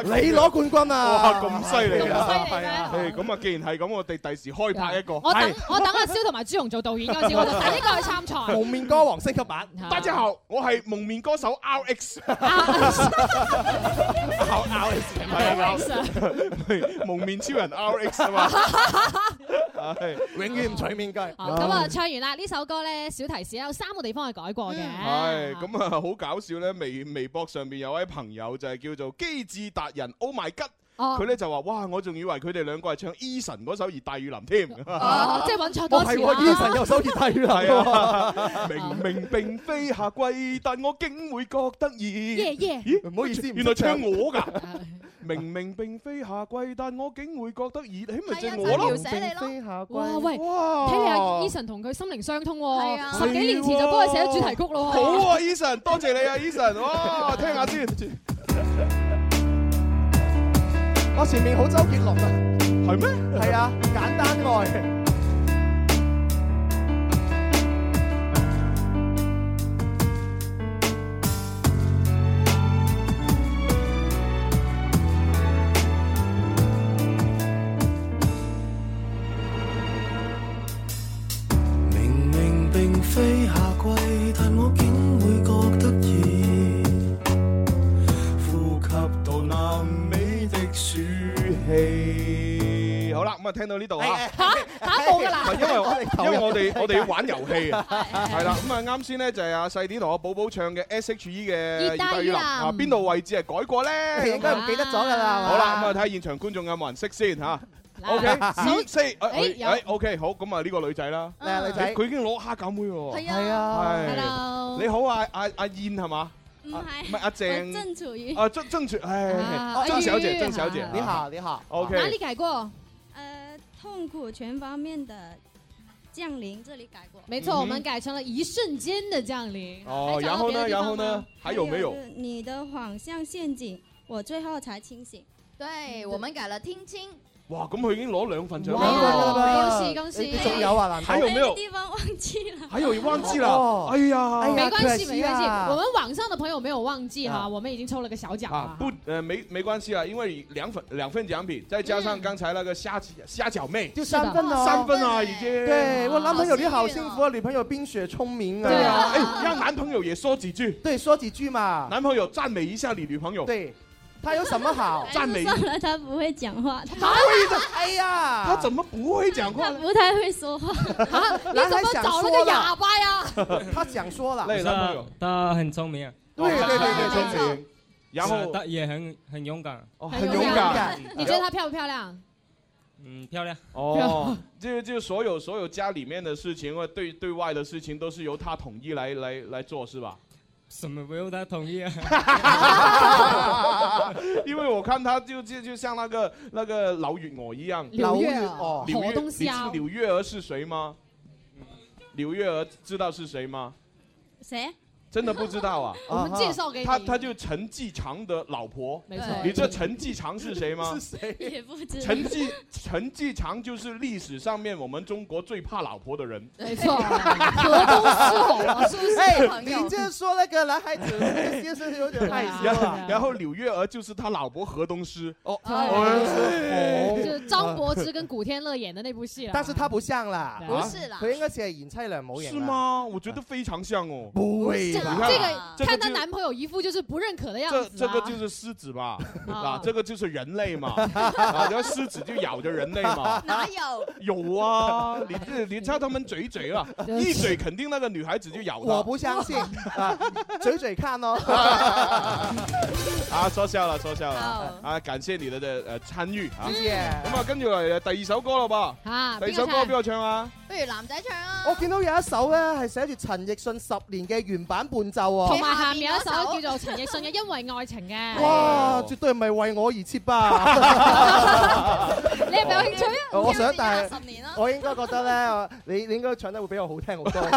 你攞冠軍哇，啊！咁犀利啊！咁犀利誒咩咁啊，既然係咁，我哋第時開拍一個。我等我等阿蕭同埋朱紅做導演嗰陣時，我就第一個去參賽。蒙面歌王升級版。大家好，我係蒙面歌手 RX。考 RX 係啊 RX 係蒙面超人 RX 啊 嘛。係永遠唔取面哦具。咁啊，唱完啦！呢首歌咧，小提示有三個地方係改過嘅。嗯係咁啊，好搞笑咧！微微博上邊有位朋友就係叫做機智達人 Oh My God，哦佢咧就話：哇，我仲以為佢哋兩個係唱 Eason 嗰首《熱帶雨林》添，哦即係揾錯歌詞啦哦係喎，Eason 有首《熱帶雨 林》啊！明明並非夏季，但我竟會覺得熱。耶耶咦，唔好意思，原來唱我㗎。明明並非夏季，但我竟會覺得熱，起咪即係我咯。哇喂，哦哇睇嚟阿 Eason 同佢心靈相通喎，啊十幾年前就幫佢寫咗主題曲咯喎。好啊，Eason，多謝你啊，Eason，哇，聽下先，我前面好周杰倫啊，係咩？係啊，簡單 愛。明明被咁啊聽到呢度係嚇係。下一步㗎啦 唔係因為我哋投入因為我哋我哋要玩遊戲啊，係係係啦。咁啊啱先咧就係阿細啲同阿寶寶唱嘅 S.H.E 嘅《熱帶雨林啊，邊度位置係改過咧？應該唔記得咗㗎啦係嘛好啦，咁啊睇下現場觀眾有冇人識先嚇。O K，嗱五四，哎誒誒有誒，O K，好，咁啊呢個女仔啦，嚟啊女仔你佢已經攞蝦餃妹喎，係啊係啊 Hello 你好啊，阿阿燕係嘛？嗯啊唔係，唔係阿鄭我曾楚瑜啊，曾曾楚，哎啊，曾小哎姐，呀曾小姐，你好你好，O 哪 K 里。改过？呃，痛苦全方面的降临，这里改过。没错，我们改成了一瞬间的降临。嗯哦，还然找到后别呢，的地然方后呢吗，还有哎没有？是你的谎像陷阱，我最后才清醒。对我们改了听清，哇，咁佢已經攞兩份獎哇啦，恭喜恭喜你仲有啊男還有沒有？地方忘记了。還有一忘記了，哎呀，没关系，没关系，我们啊网上的朋友没有忘记哈，啊我们已经抽了个小奖啊了。不，呃，没没关系啊，因为两份两份奖品，再加上刚才那个虾饺虾饺妹，就三份哦三分啊，已经。对我男朋友你好幸福啊，女朋友冰雪聪明啊。对啊，哎，让男朋友也说几句。对，说几句嘛。男朋友赞美一下你女朋友。对，哎他有什么 好？赞美。算了，他不会讲话，他哪会的？哎呀，他怎么不会讲 话？不太会说话。啊，你男怎孩么想找了说了个哑巴呀？ 他想说了。累了没有？他很聪明，对对对啊对聪明然后他也很很勇敢，哦很勇敢你觉得她漂不漂亮？嗯漂亮哦，这就所有所有家里面的事情或对对外的事情都是由他统一来来来做是吧？什么不用他同意啊？ 因为我看他就就就像那个那个老月娥一样，柳月娥柳好月，东你西知啊柳月娥是谁吗？柳月娥知道是谁吗？谁？！真的不知道啊我们介绍给你他，他就陈继常的老婆。没错你知道陈继常是谁吗？也不知道。陈继陈继常就是历史上面我们中国最怕老婆的人。没错，河东狮吼啊是不是哎，你这说那个男孩子就是有点害羞啊然后 了。然后柳月娥就是他老婆河东狮。哦哎啊就张柏芝跟古天乐演的那部戏了。但是他不像啦，啊不是啊啦佢應該似係賢妻良母型。啊是？吗？我觉得非常像哦。不这会这吧？个看她啊就男朋友一副就是不认可的样这子。这个就是狮子吧？啊啊，这个就是人类嘛，啊，然后狮子就咬着人类嘛。哪有？有啊，你这你叫他们嘴嘴啊，一嘴肯定那个女孩子就咬我了。不相信啊！嘴嘴看 哦。啊，说笑了，说笑了。啊，感谢你的的呃参与啊。謝謝咁啊，跟住嚟第二首歌咯噃。啊第二首歌邊個唱 啊？不如男仔唱啊！我見到有一首咧係寫住陳奕迅十年嘅原版伴奏 喎。同埋下面有一首叫做陳奕迅嘅《因為愛情》嘅。哇！絕對唔係為我而設 吧？你係咪有興趣啊？哦我想，但係啊我應該覺得咧，我你你應該唱得會比我好啊聽好 多。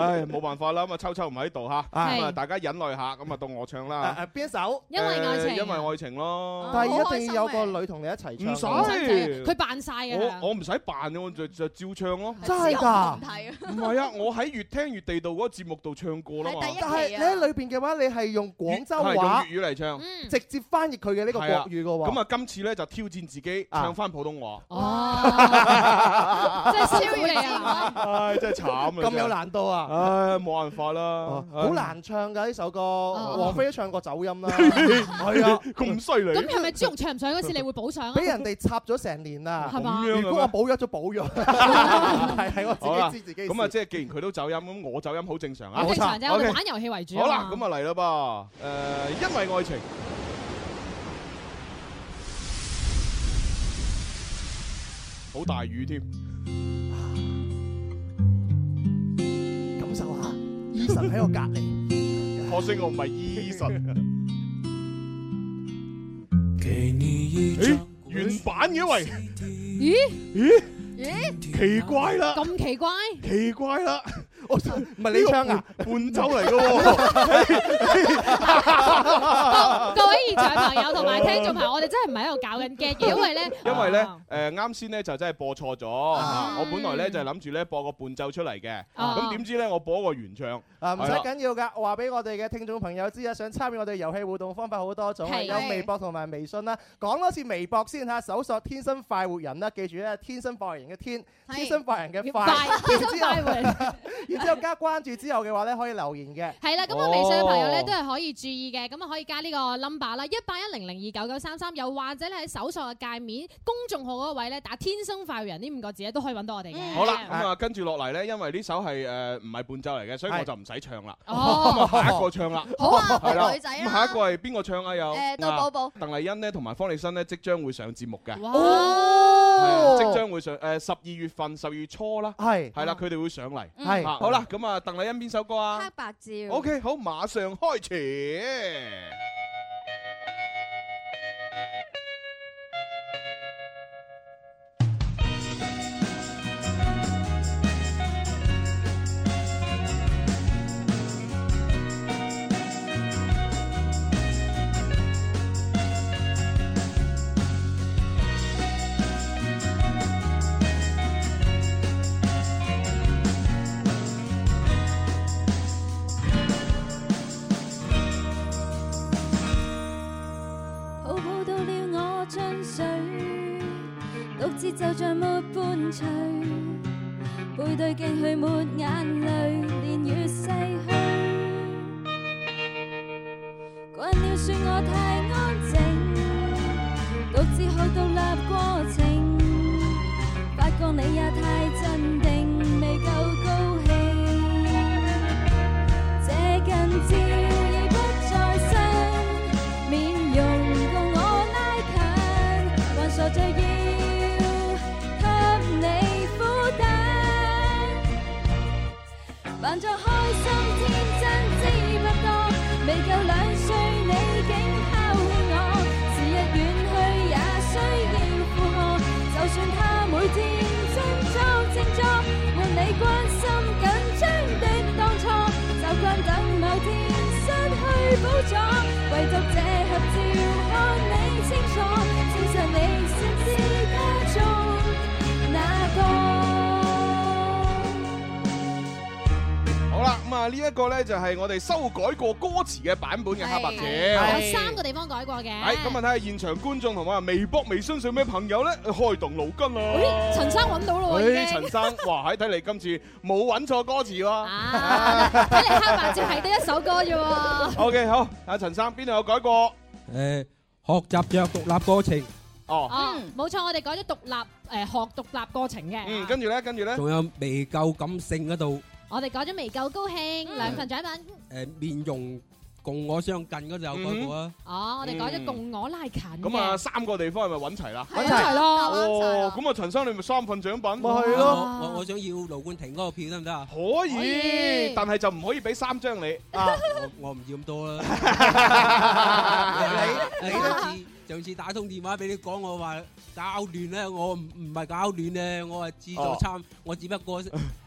唉，冇辦法啦，咁啊，秋秋唔喺度吓，咁啊，係大家忍耐下，咁啊，到我唱誒啦誒。邊一首？誒因為愛情啊哦咯。但係一定要有個女同你一啊唔齊使唱。佢扮晒嘅啦我我唔使扮嘅，我就就照唱咯。真係㗎唔係 啊，我喺越聽越地道嗰個節目度唱過啦嘛。但係你喺裏邊嘅話，你係用廣州話係用粵語嚟唱。嗯直接翻譯佢嘅呢個國係啊語嘅喎。咁啊，今次咧就挑戰自己唱翻普通話。哦 係真係燒你啊！唉，真係慘啊！咁有難度啊！唉，冇辦法啦，哦好難唱㗎呢首歌，哦王菲都唱過走音啦。 係係啊啊，咁犀利。咁係咪朱紅唱唔上嗰次你會補上啊？俾人哋插咗成年啦。係嘛咁樣嘅咩如果我保約咗保 約，係係好啦我自己知自己事。咁啊，即係既然佢都走音，咁我走音好正常啊。正常啫，我 OK 哋玩遊戲為主啊好嘛。啦，咁啊嚟啦噃，誒，因為愛情。好大雨添，感受下，醫生喺我隔離。可惜我唔係醫生。给你一咦，原版嘅喂，咦咦，咦，奇怪啦，咁奇怪？奇怪啦，我唔係你唱啊，伴奏嚟嘅喎。各位現場朋友同埋聽眾朋友，我哋真係唔係喺度搞緊 get 嘅，因為哦咧，因為咧，誒啱先咧就真係播錯咗，啊我本來咧就係諗住咧播個伴奏出嚟嘅，啊咁點知咧我播個原唱，啊，唔使係啦緊要㗎，話俾我哋嘅聽眾朋友知啊，想參與我哋遊戲互動方法好多種啊，係有微博同埋微信啦。講多次微博先嚇，搜索天生快活人啦，記住咧，天生快活人嘅天，天生快活人嘅快， 快天生快活人然之後然之後加關注之後嘅話咧，可以留言嘅。係啦，咁我微信嘅朋友咧都係可以注意嘅，咁啊可以加呢個 number 啦，啦，一八一零零二九九三三，又或者你喺搜索嘅界面公眾號嗰位咧打天生快活人呢五個字咧都可以揾到我哋嘅。好啦，咁啊，跟住落嚟咧，因為呢首係誒唔係伴奏嚟嘅，所以我就唔使唱啦。哦咁啊，下一個唱啦。好啊係啦女仔啦咁下一個係邊個唱啊？有誒到寶寶鄧麗欣呢，同埋方力申呢，即將會上節目嘅。哇係啊即將會上誒十二月份，十二月初啦。係係啦，佢哋會上嚟。嗯係啊好啦，咁啊，鄧麗欣邊首歌啊？白照。 O K，好，馬上開始。抱抱到了我進水，獨自就像沒伴隨，背對鏡去抹眼淚，年月逝去。慣了說我太安靜，獨自去獨立過程，發覺你也太鎮定，未夠高興。這近照已不在身。面容共我拉近，還傻着要給你苦等，扮作開心天真，知不多，未夠兩歲你竟拋棄我，時日遠去也需要負荷，就算他每天振作靜坐，換你關心緊張的當初，習慣等某天失去補助。唯獨這合照看你清楚，證實你先知家中那個。好啦，咁啊呢一個呢，就係我哋修改過歌詞嘅版本嘅黑白照。有三個地方改過嘅。係咁啊，睇下現場觀眾同埋微博、微信上咩朋友咧，開動腦筋啦！咦哎陳生揾到咯喎已經咦陳生，哇！喺睇嚟今次冇揾錯歌詞喎。啊睇嚟黑白照係得一首歌啫喎。 O K，好，阿陳生邊度有改過？誒，學習着獨立過程，哦，哦，冇錯，我哋改咗獨立誒學獨立過程嘅。嗯，跟住咧，跟住咧，仲有未夠感性嗰度，我哋改咗未夠高興兩份獎品。Ờ, 誒面容共我相近嗰度有改過啊。哦，我哋改咗共我拉近嘅。咁啊，三個地方係咪揾齊啦？係啊揾齊咯哦，咁啊，陳生你咪三份獎品。咪係咯我我我想要盧冠廷嗰個票得唔得啊？可可以以，但係就唔可以俾三張你。 啊，我我唔要咁多啦。Dạ. Ờ, 你你都知，上次打通電話俾你講，我話搞亂咧，我唔唔係搞亂咧，我係自助參，我只不過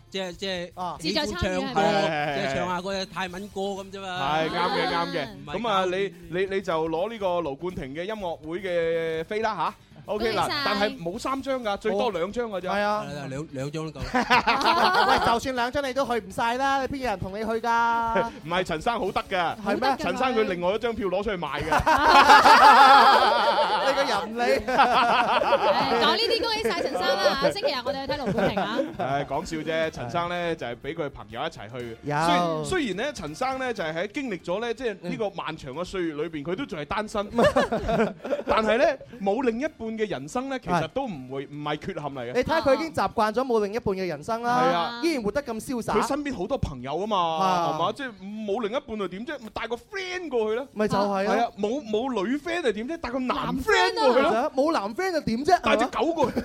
即係即係喜歡唱歌，即係唱下嗰只泰文歌咁啫 Ờ. 嘛。係啱嘅，啱唔嘅。係咁啊，你你你就攞呢個盧冠廷嘅音樂會嘅飛啦吓 O K 嗱恭喜晒，但係冇三張㗎，最多兩張㗎咋。係 Ờ, 啊，兩兩張都夠。喂，就算兩張你都去唔晒啦，你邊有人同你去 㗎？唔係陳生好得㗎，係咩陳生佢另外一張票攞出去賣 㗎。你個人你講呢啲恭喜晒陳 生啦嚇，星期日我哋去睇盧冠廷啊。誒講笑啫，陳生咧就係俾佢朋友一齊去有嘅。雖雖然咧，陳生咧就係喺經歷咗咧，即係呢個漫長嘅歲月裏邊，佢都仲係單 身。但係咧，冇另一半嘅人生咧，其實都唔會唔係缺陷嚟嘅。你睇下佢已經習慣咗冇另一半嘅人生係啦啊，依然活得咁瀟灑。佢身邊好多朋友啊嘛，啊係嘛？即係冇另一半又點啫？咪帶個 friend 過去啦。咪就係啊係啊，冇冇女 friend 又點啫？帶個男 friend 過去係啦。啊冇男 friend 就點啫？帶隻狗 過去。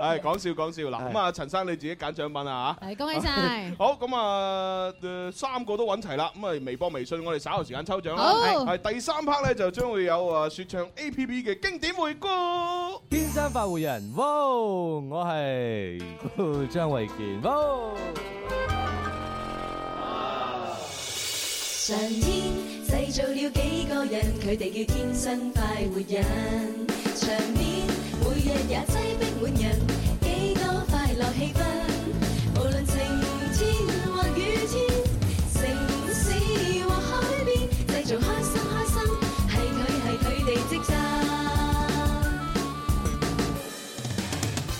唉，講笑講笑嗱，咁啊，陳生你自己揀獎品啊嚇。係恭 喜晒好，咁啊，誒三個都揾齊啦。咁啊，微博、微信，我哋稍後時間抽獎啦。啊好係係第三 part 咧，就將會有啊説唱 A P P 嘅經典回顧。天生快活人，哇！我係張衛健，哇！上天製造了幾個人，佢哋叫天生快活人。場面每日也擠逼滿人，幾多快樂氣氛。無論晴天或雨天，城市或海邊，製造開心開心，係佢係佢哋職責。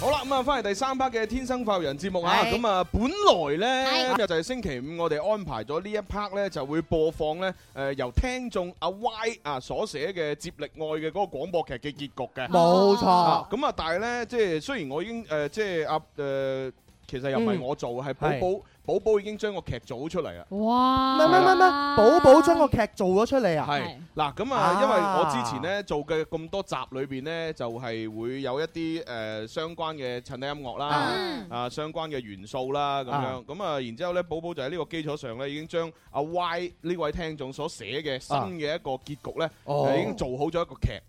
好啦，咁咁啊，翻嚟第三 part 嘅《天生快活人》節目啊，係咁啊，本來咧係今日就係星期五，我哋安排咗呢一 part 咧就會播放咧誒由聽眾阿 Y 啊所寫嘅《接力愛》嘅嗰個廣播劇嘅結局嘅，冇錯啊咁啊，但係咧即係雖然我已經誒即係阿誒，其實又唔係嗯我做，係寶係寶寶寶已經將個劇組出嚟啦。唔係唔係唔係唔係，寶寶將個劇做咗出嚟啊！係嗱，咁啊，啊因為我之前咧做嘅咁多集裏邊咧，就係會有一啲誒相關嘅襯底音樂啦嗯，啊相關嘅元素啦咁啊樣，咁啊然之後咧，寶寶就喺呢個基礎上咧，已經將阿 Y 呢位聽眾所寫嘅新嘅一個結局咧，啊哦誒已經做好咗一個劇。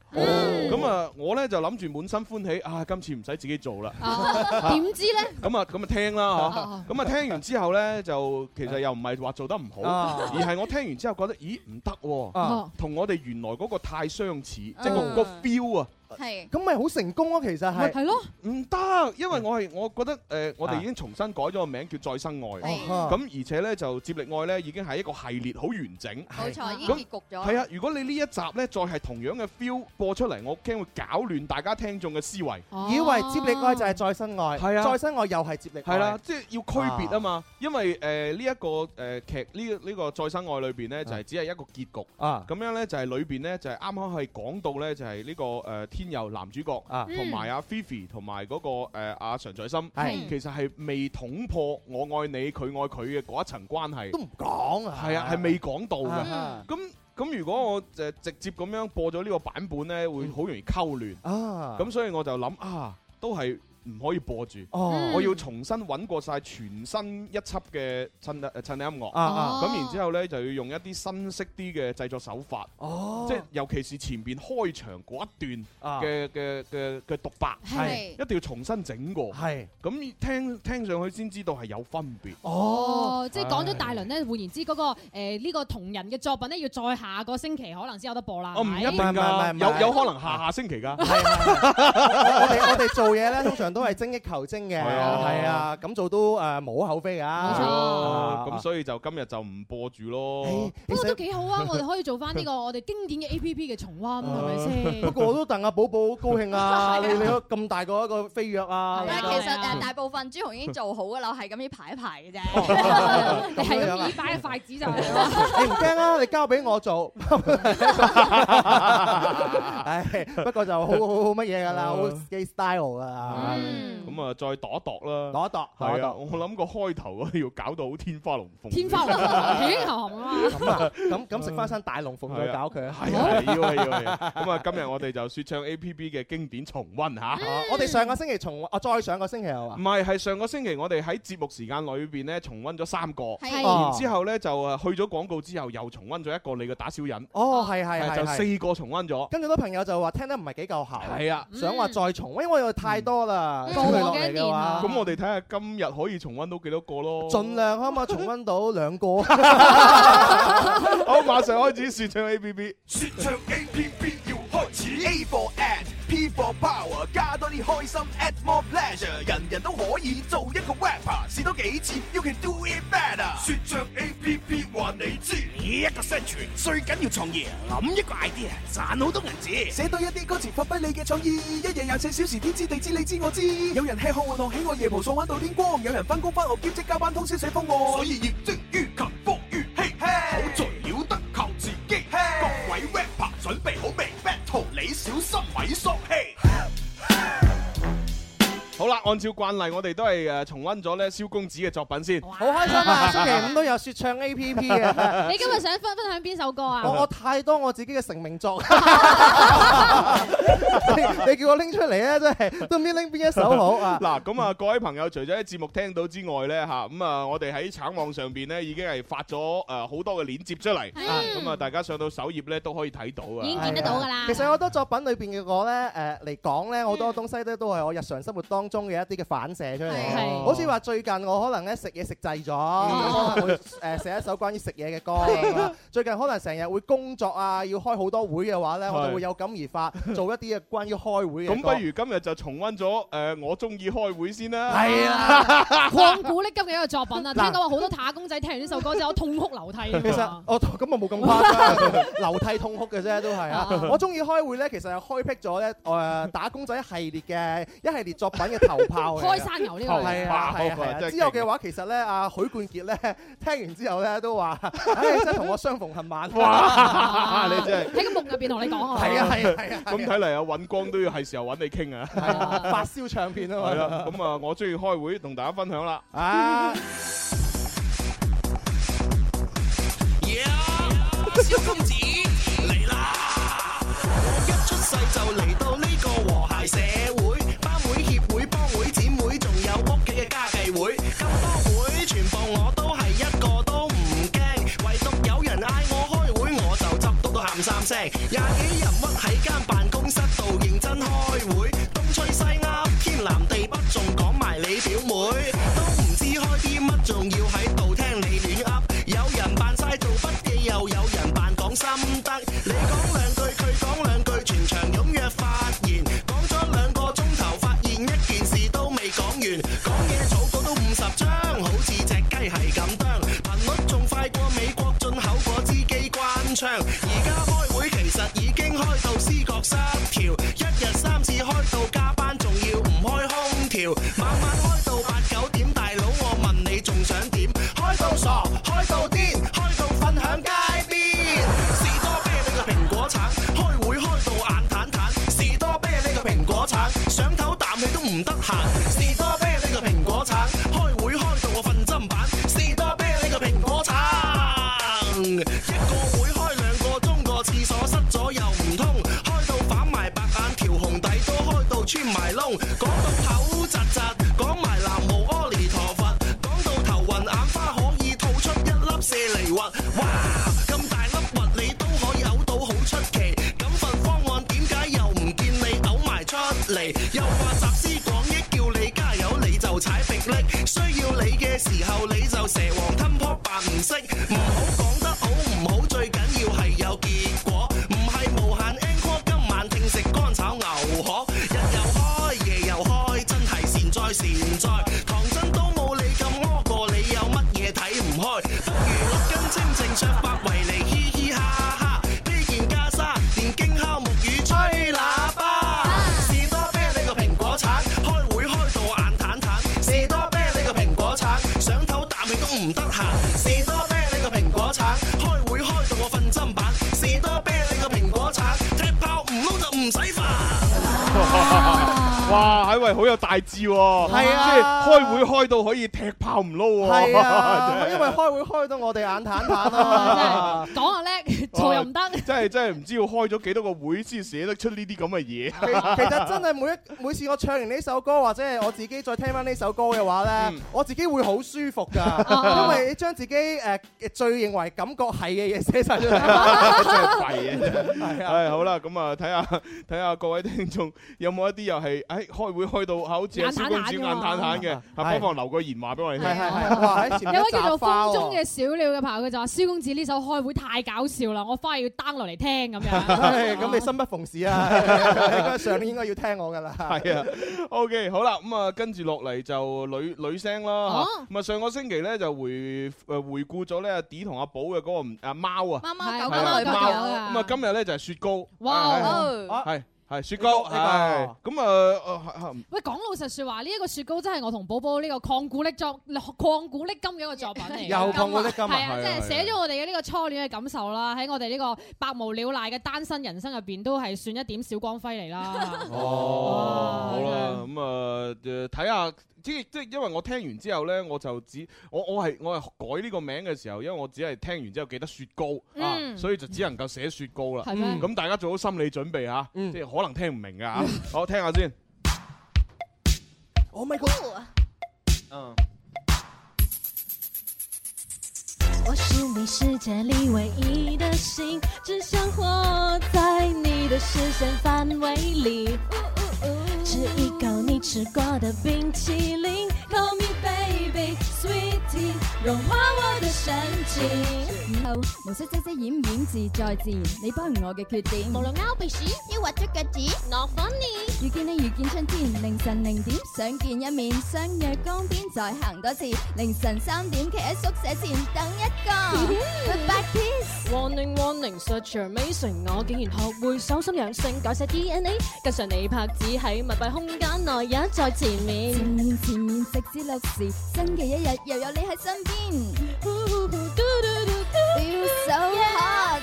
咁啊，我咧就諗住滿心歡喜，啊今次唔使自 己做啦。啊點知 咧？咁啊，咁啊聽啦哦嚇，咁啊聽完之後咧，就其實又唔係話做得唔好啊，而係我聽完之後覺得，咦唔得喎啊，同我哋原來嗰個太相似，即啊係個個 feel 啊。係咁咪好成功咯，其實係係咯，唔得，因嗯為我係我覺得誒，呃我啊哋已經重新改咗個名叫再生愛，哦係咁而且咧就接力愛咧已經係一個系列好完整，冇錯，已經結咁局咗。係啊，如果你呢一集咧再係同樣嘅 feel 播出嚟，我驚會搞亂大家聽眾嘅思維。以為接力愛就係再生愛，係啊再生愛又係接力愛，係啦，即係要區別啊嘛，因為誒呢一個誒劇呢呢個再生愛裏邊咧就係只係一個結局啊咁樣咧就係裏邊咧就係啱啱係講到咧就係呢個誒天佑男主角啊同埋阿 Fifi 同埋嗰個誒阿常在心係其實係未捅破我愛你佢愛佢嘅嗰一層關係，都唔講啊，係啊係未講到嘅啊，咁咁如果我誒直接咁樣播咗呢個版本咧，會好容易溝亂嗯啊咁所以我就諗啊，都係唔可以播住，哦我要重新揾過晒全新一輯嘅襯底誒襯底音樂，啊啊咁然之後呢，就要用一啲新式啲嘅製作手法，哦即係尤其是前邊開場嗰一啊段嘅嘅嘅嘅獨白，係一定要重新整過，係咁聽聽上去先知道係有分別。哦，即係講咗大輪咧，換言之，嗰個誒呢個同人嘅作品咧，要再下個星期可能先有得播啦。我哦唔係咪一定啊唔係唔係㗎，唔係啊有有可能下下星期㗎。 我哋我哋做嘢咧，通常都係精益求精嘅，係啊係啊，咁做都誒無可厚非㗎。冇啊咁所以就今日就唔播住咯。不過都幾好啊！我哋可以做翻呢個我哋經典嘅 A P P 嘅重温，係咪先？不過我都戥阿寶寶高興啊！你你咁大個一個飛躍啊！但係其實誒，大部分朱紅已經做好㗎啦，我係咁樣排一排嘅啫。你係咁以擺嘅筷子就係你唔驚啊？你交俾我做， 唉，不過就好好好乜嘢㗎啦，好幾 style 㗎啦。咁啊，再度一度啦，度一度，度一係度啊，我諗個開頭嗰度要搞到好天花龍鳳，天花龍鳳喜慶行啊嘛咁啊，咁咁食翻身大龍鳳再搞佢啊！係啊，要啊要啊要啊，咁啊，今日我哋就説唱 A P P 嘅經典重温嚇。嗯我哋上個星期重温，啊再上個星期係嘛唔？係，係上個星期我哋喺節目時間裏邊咧重温咗三個，係哦然之後咧就誒去咗廣告之後又重温咗一個你嘅打小人，哦，係係係啊係就係四個重温咗。跟住好多朋友就話聽得唔係幾夠喉，係啊想話再重温，因為我哋太多啦，嗯咁佢落嚟嘅話，咁我哋睇下今日可以重温到幾多個咯。啊盡量可唔可以重温到兩個？ 好，馬上開始説唱 A P P。说唱 A P P 要開始，A for ad，P for power，加多啲開心，add more pleasure，人人都可以做一個 rapper，試多幾次，you can do it better。说唱 A P P 話你知，一個生存最緊要創意，諗一個 idea，賺好多銀紙，寫多一啲歌詞，發揮你嘅創意，一日廿四小時，天知地知你知我知。有人吃喝玩樂，喜愛夜蒲，爽玩到天光，有人翻工翻學，兼職加班，通宵寫方案，所以業精於勤，福於嬉，好在了得靠自己。各位 rapper 準備好未？battle 你小心咪索氣。好啦，按照慣例，我哋都係誒重温咗咧蕭公子嘅作品 先。好開心啊！ 星期五都有説唱 A P P 啊！你今日想分分享邊首歌啊？我我太多我自己嘅成名 作，你你叫我拎出嚟咧，真係都唔知拎邊一首好啊！嗱，咁啊，各位朋友，除咗喺節目聽到之外咧，嚇咁啊，我哋喺橙網上邊咧已經係發咗誒好多嘅鏈接出嚟，嗯咁啊，大家上到首頁咧都可以睇到啊，係啊其實好多作品裏邊嘅我咧，誒嚟講咧，好多東西咧都係我日常生活當中嘅一啲嘅反射出嚟嘅。係哦好似話最近我可能咧食嘢食滯咗，咁可能會誒寫一首關於食嘢嘅歌咁啊。最近可能成日會工作啊，要開好多會嘅話咧，我係就會有感而發，做一啲嘅關於開會嘅咁歌。不如今日就重温咗誒我中意開會先啦，係啦曠古瀝今嘅一個作品嗱啊！聽講話好多打工仔聽完呢首歌之後痛哭流涕啊嘛。其實我咁啊冇咁誇張，啊流涕痛哭嘅啫，都係啊啊！呃我中意開會咧，其實係開辟咗咧誒打工仔一系列嘅一系列作品嘅頭炮嚟㗎。 開山牛呢個係係啊係啊係真啊！係之後嘅話，其實咧，阿許冠傑 咧，聽完之後咧都話：，唉，真係同我相逢恨晚。哇 你真係喺個夢入邊同你講啊！係啊係啊係啊！咁睇嚟啊，尹光都要係時候揾你 傾啊。發燒唱片啊嘛。係啦，咁啊，我中意開會同大家分享啦。啊！萧公子嚟啦！我一出世就嚟到呢個和諧社會，班會、協會、幫會、展會，仲有屋企嘅家計會，咁多會全部我都係一個都唔驚，唯獨有人嗌我開會，我就執到到喊三聲。廿幾人屈喺間辦公室度認真開會，東吹西噏，天南地北，仲講埋你表妹，都唔知開啲乜，仲要喺度聽你亂噏，有人扮晒做筆記，又有人扮講心得，你講兩句，佢講兩句，全場踴躍發言，講咗兩個鐘頭，發現一件事都未講完，講嘢草稿都五十張，好似只雞係咁啄，頻率仲快過美國進口嗰支機關槍，而家開會其實已經開到思覺失調，一日三次開到加班，仲要唔開空調，晚晚開到八九點，大佬我問你仲想點？開到傻，開到癲，開到瞓響街邊。士多啤梨嘅蘋果橙，開會開到眼坦坦。士多啤梨嘅蘋果橙，想唞啖氣都唔得閒。士多啤梨嘅蘋果橙，開會開到我瞓針板。士多啤梨嘅蘋果橙，一個會開兩個鐘，個廁所塞咗又唔通，開到反埋白眼條紅底都開到穿埋窿，講到口窒窒，講埋南無阿彌陀佛。講到頭暈眼花，可以吐出一粒射離核。哇！咁大粒核你都可以嘔到，好出奇。咁份方案點解又唔見你嘔埋出嚟？又話集思廣益，叫你加油，你就踩迫力。需要你嘅時候，你就蛇王吞撲扮唔識。唔好講得好唔好，最緊要係有結果，唔係無限 encore。今晚聽食乾炒牛河，日又開夜又開，真係善哉善哉。唐僧都冇你咁屙過，你有乜嘢睇唔開？不如六根清淨着百維尼，嘻嘻哈哈。呢件袈裟連經敲木魚吹喇叭。士多啤梨個蘋果橙，開會開到眼坦坦。士多啤梨個蘋果橙，想唞啖氣都唔得閒。士多啤梨個蘋果橙，開會開到我瞓針板。士多啤梨個蘋果橙，踢炮唔撈就唔使煩。哇，哎喺喂，好有大志喎！係啊即係開會開到可以踢炮唔撈喎。係啊， 真係因為開會開到我哋眼坦坦 啊！講又叻，做又唔得。真係真係唔知要開咗幾多個會先寫得出呢啲咁嘅 嘢。其其實真係每一每次我唱完呢首歌，或者係我自己再聽翻呢首歌嘅話嗯咧，我自己會好舒服哦㗎，因為你將自己誒最認為感覺係嘅嘢寫晒出嚟。真係弊嘅啫。係啊，好啦，咁啊，睇下睇下各位聽眾有冇一啲又係誒開會開到啊好似阿蕭公子眼坦坦嘅，啊不妨留個言話俾我哋聽。係係係哇喺前有位叫做風中嘅小鳥嘅朋友，佢就話：蕭公子呢首開會太搞笑啦，我翻去要 download 嚟聽咁樣。唉咁你生不逢時 啊！你應該上年應該要聽我㗎啦。係啊，OK，好啦，咁啊，跟住落嚟就女女聲啦哦嚇。咁啊，上個星期咧就回誒回顧咗咧阿 D 同阿寶嘅嗰個唔啊貓啊，貓貓哎狗係狗啊女朋友貓啊咁啊，今日咧就係雪糕。啊哇係哦係係雪糕呢個係咁啊啊啊喂，講老實説話，呢一個雪糕真係我同寶寶呢個抗古力作抗古力金嘅一個作品嚟嘅。又抗古瀝金啊係啊，係即係係寫咗我哋嘅呢個初戀嘅感受啦，喺我哋呢個百無聊賴嘅單身人生入邊，都係算一點小光輝嚟啦。哦，好啦，咁啊，誒睇下，即係即係，因為我聽完之後咧，我就只我我係我係改呢個名嘅時候，因為我只係聽完之後記得雪糕嗯啊，所以就只能夠寫雪糕啦。嗯係咩咁大家做好心理準備嚇，即係可能聽唔明㗎嚇。好，聽下先。 Oh my god！嗯，我是你世界里唯一的星，只想活在你的视线范围里。吃一口你吃过的冰淇淋，Call me baby sweetie，融化我的神经。然後無嗯需遮遮掩掩，自在自然。你包容我嘅缺點，無論拗鼻屎，抑或捽腳趾，not funny。遇見你遇見春天，凌晨零點想見一面，相約江邊再行多次。凌晨三點企喺宿舍前等一個，Goodbye kiss。 Warning warning，削長尾唇，我竟然學會手心養性，改寫 DNA，跟上你拍子喺密閉空間內一再前面。前面前面直至六時，新嘅一日又有你喺身邊。Feel so hot，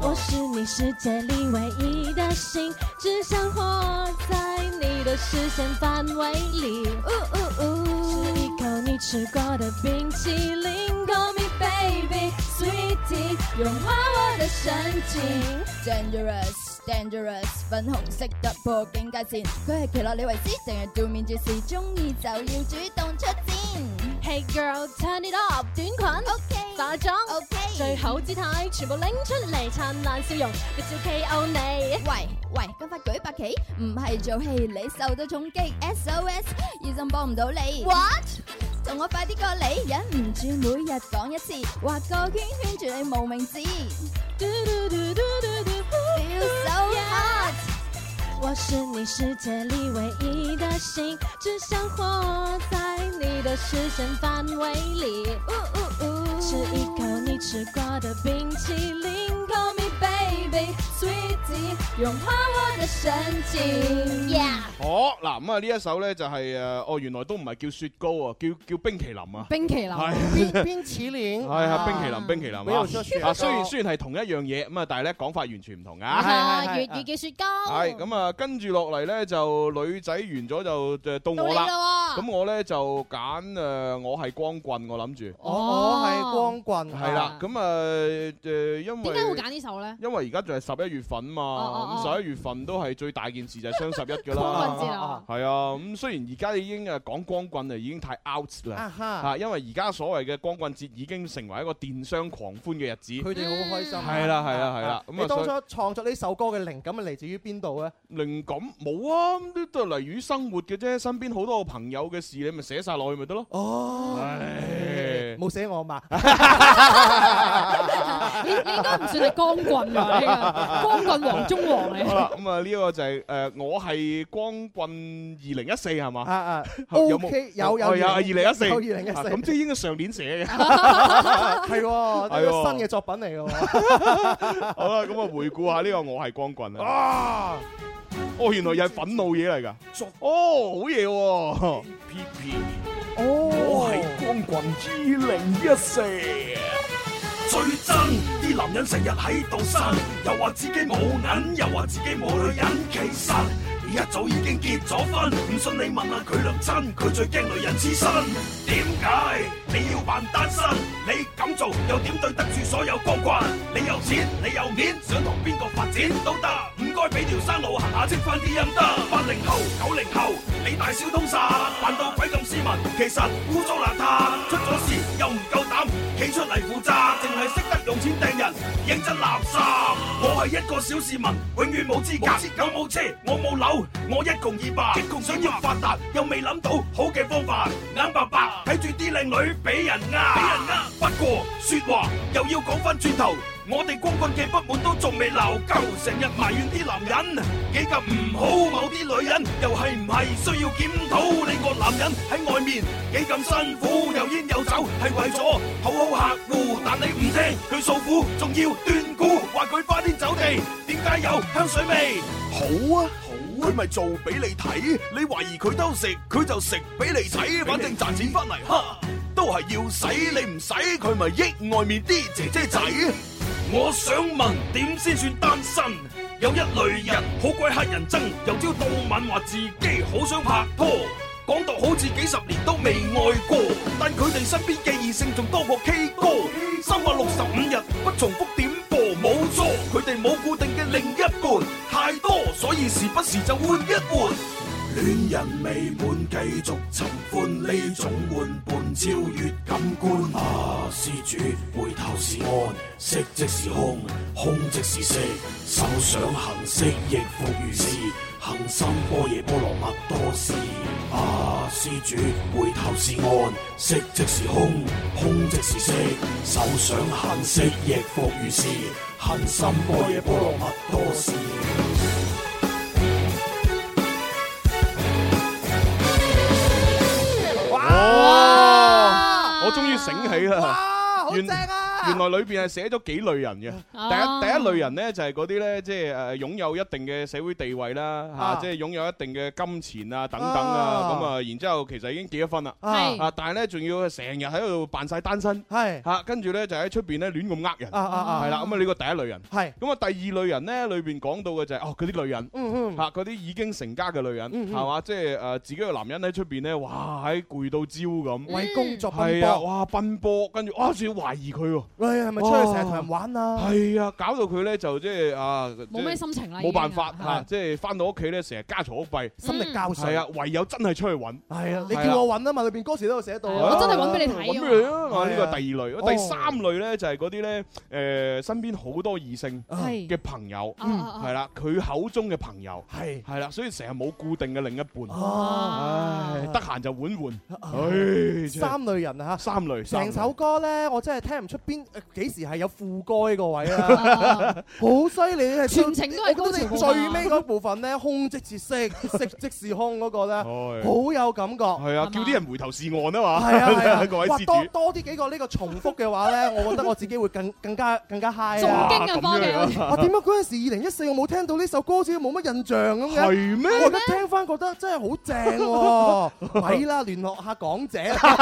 我是你世界里唯一的星，只想活在你的视线范围里。吃一口你吃过的冰淇淋，Call me baby sweetie，融化我的身体。 Dangerous dangerous，粉紅色突破境界線，佢係奇洛李維斯，淨係做面注視，中意就要主動出戰。 Hey girl，turn it up，短裙，OK，化妝，OK，最好姿態全部拎出嚟，燦爛笑容，一笑 KO 你。喂喂，咁快舉白旗，唔係做戲，你受到重擊，SOS，醫生幫唔到你。What？同我快啲過嚟，忍唔住每日講一次，畫個圈圈住你無名指。Feel so hot。我是你世界里唯一的星，只想活在你的视线范围里。吃一口你吃过的冰淇淋，Call me baby sweetie，融化我的神经。Yeah，好嗱，咁啊呢一首咧就係誒，哦原來都唔係叫雪糕啊，叫叫冰淇淋啊。冰淇淋係冰冰淇淋，係啊，冰淇淋，冰淇淋沒有說雪啊！糕啊，雖然雖然係同一樣嘢，咁啊，但係咧講法完全唔同噶。啊，粵語嘅雪糕。係咁啊，跟住落嚟咧就女仔完咗就誒到我到你啦啦。喎咁我咧就揀誒我係光棍，我諗住。我係光棍，係啦，咁啊誒因為點解會揀呢首咧？因為而家仲係十一月份嘛，哦哦咁十一月份都係最大件事就係雙十一㗎啦。 光棍節 啊係啊，咁雖然而家已經誒講光棍啊已經太 out 啊啦，哈嚇，因為而家所謂嘅光棍節已經成為一個電商狂歡嘅日子。佢哋好開心啊。係啦係啦係啦，你當初所以創作呢首歌嘅靈感係嚟自於邊度咧？靈感冇啊，都都係嚟於生活嘅啫，身邊好多個朋友嘅事，你咪寫晒落去咪得咯。哦，冇寫我嘛？啊你你應該唔算係光棍啊！呢 個光棍王中王嚟。好啦，咁 啊呢個就係誒我係光棍二零一四係嘛？啊啊 OK，有有哦有二零一四，有2014啊咁即係應該上年寫嘅。係喎，係喎新嘅作品嚟嘅 喎。好啦，咁啊回顧下呢個我係光棍啊！哦，原來又係憤怒嘢嚟㗎。哦，好嘢喎！P P，我係光棍二零一四。最憎啲男人成日喺度呻，又話自己冇銀，又話自己冇女人，其實一早已經結咗婚。唔信你問下佢娘親，佢最驚女人黐身。點解你要扮單身？你咁做又點對得住所有光棍？你有錢，你有面，想同邊個發展都得。唔該俾條生路行下積翻啲陰德。八零後、九零後，你大小通殺，扮到鬼咁斯文，其實污糟邋遢。出咗事又唔夠膽企出嚟負責，淨係識得用錢掟人，認真垃圾。我係一個小市民，永遠冇資格，有冇車，我冇樓，我一窮二白，一窮想要發達，又未諗到好嘅方法，眼白白睇住啲靚女俾人呃，俾人呃。不過説話又要講翻轉頭。我哋光棍嘅不滿都仲未鬧夠，成日埋怨啲男人幾咁唔好，某啲女人又係唔係需要檢討？你個男人喺外面幾咁辛苦，又煙又酒，係為咗討好客戶，但你唔聽佢訴苦，仲要斷估，話佢花天酒地，點解有香水味？好啊，好啊，佢咪做俾你睇，你懷疑佢都食，佢就食俾你睇，反正賺錢翻嚟，哈，都係要使，你唔使佢咪益外面啲姐姐仔。我想問點先算單身？有一類人好鬼乞人憎，由朝到晚話自己好想拍拖，講到好似幾十年都未愛過，但佢哋身邊嘅異性仲多過 K 歌，三百六十五日不重複點播，冇錯，佢哋冇固定嘅另一半太多，所以時不時就換一換。戀人未滿，繼續尋歡，呢種玩伴超越感官。啊，施主，回頭是岸，色即是空，空即是色，手想行色，亦復如是。行深般若波羅蜜多時，啊，施主，回頭是岸，色即是空，空即是色，手想行色，亦復如是。行深般若波羅蜜多時。哇！我終於醒起啦，好原正啊！原來裏邊係寫咗幾類人嘅。哦第一第一類人咧就係嗰啲咧，即係誒擁有一定嘅社會地位啦，啊嚇，即係擁有一定嘅金錢啊等等啊，啊咁啊，然之後其實已經結咗婚啦，係啊，但係咧仲要成日喺度扮晒單身，嗯係嚇，跟住咧就喺出邊咧亂咁呃人，啊啊啊係啦，咁啊呢個第一類人。係咁啊，第二類人咧裏邊講到嘅就係哦嗰啲女人，嗯嗯嚇嗰啲已經成家嘅女人，嗯嗯係嘛，即係誒自己個男人喺出邊咧，哇喺攰到焦咁，為工作奔波係啊，哇奔波，跟住啊仲要懷疑佢喎。喂，係哎咪出去成日同人玩啊？係啊，搞到佢咧就即係啊，冇咩心情啦冇辦已法經啊嚇，即係翻到屋企咧，成日家嘈屋閉，心力交瘁係啊，唯有真係出去揾。係啊，你係啊叫我揾啊嘛，裏邊歌詞都有寫到啊。係啊啊揾俾你啊！Ờ, 啊呢個 Ờ, 第二哦類，第三類咧就係嗰啲咧，誒身邊好多異性係嘅朋友，嗯啊啊係啦，佢口中嘅朋友係係啦，所以成日冇固定嘅另一半，Ờ. 哦唉，得閒就換換，唉，真係三類人啊三類，Ờ, 成三類首歌咧，我真係聽唔出邊呃幾時係有副歌呢個位啊， 好犀利！你係全程都係高我潮覺得你部分啊最尾嗰部分咧，空即是色，色即是空嗰個咧，係好有感覺。係啊，叫啲人回頭是岸啊嘛，Ờ, 係啊係啊，各位哇施多主。多啲幾個呢個重複嘅話咧， 我覺得我自己會更更加更加 high 啊！仲勁啊哇咁樣科技我點解嗰陣時二零一四我冇聽到呢首歌，好似冇乜印象咁嘅？係咩我而家聽翻覺得真係好正 喎！咪啦，聯絡下港姐，繁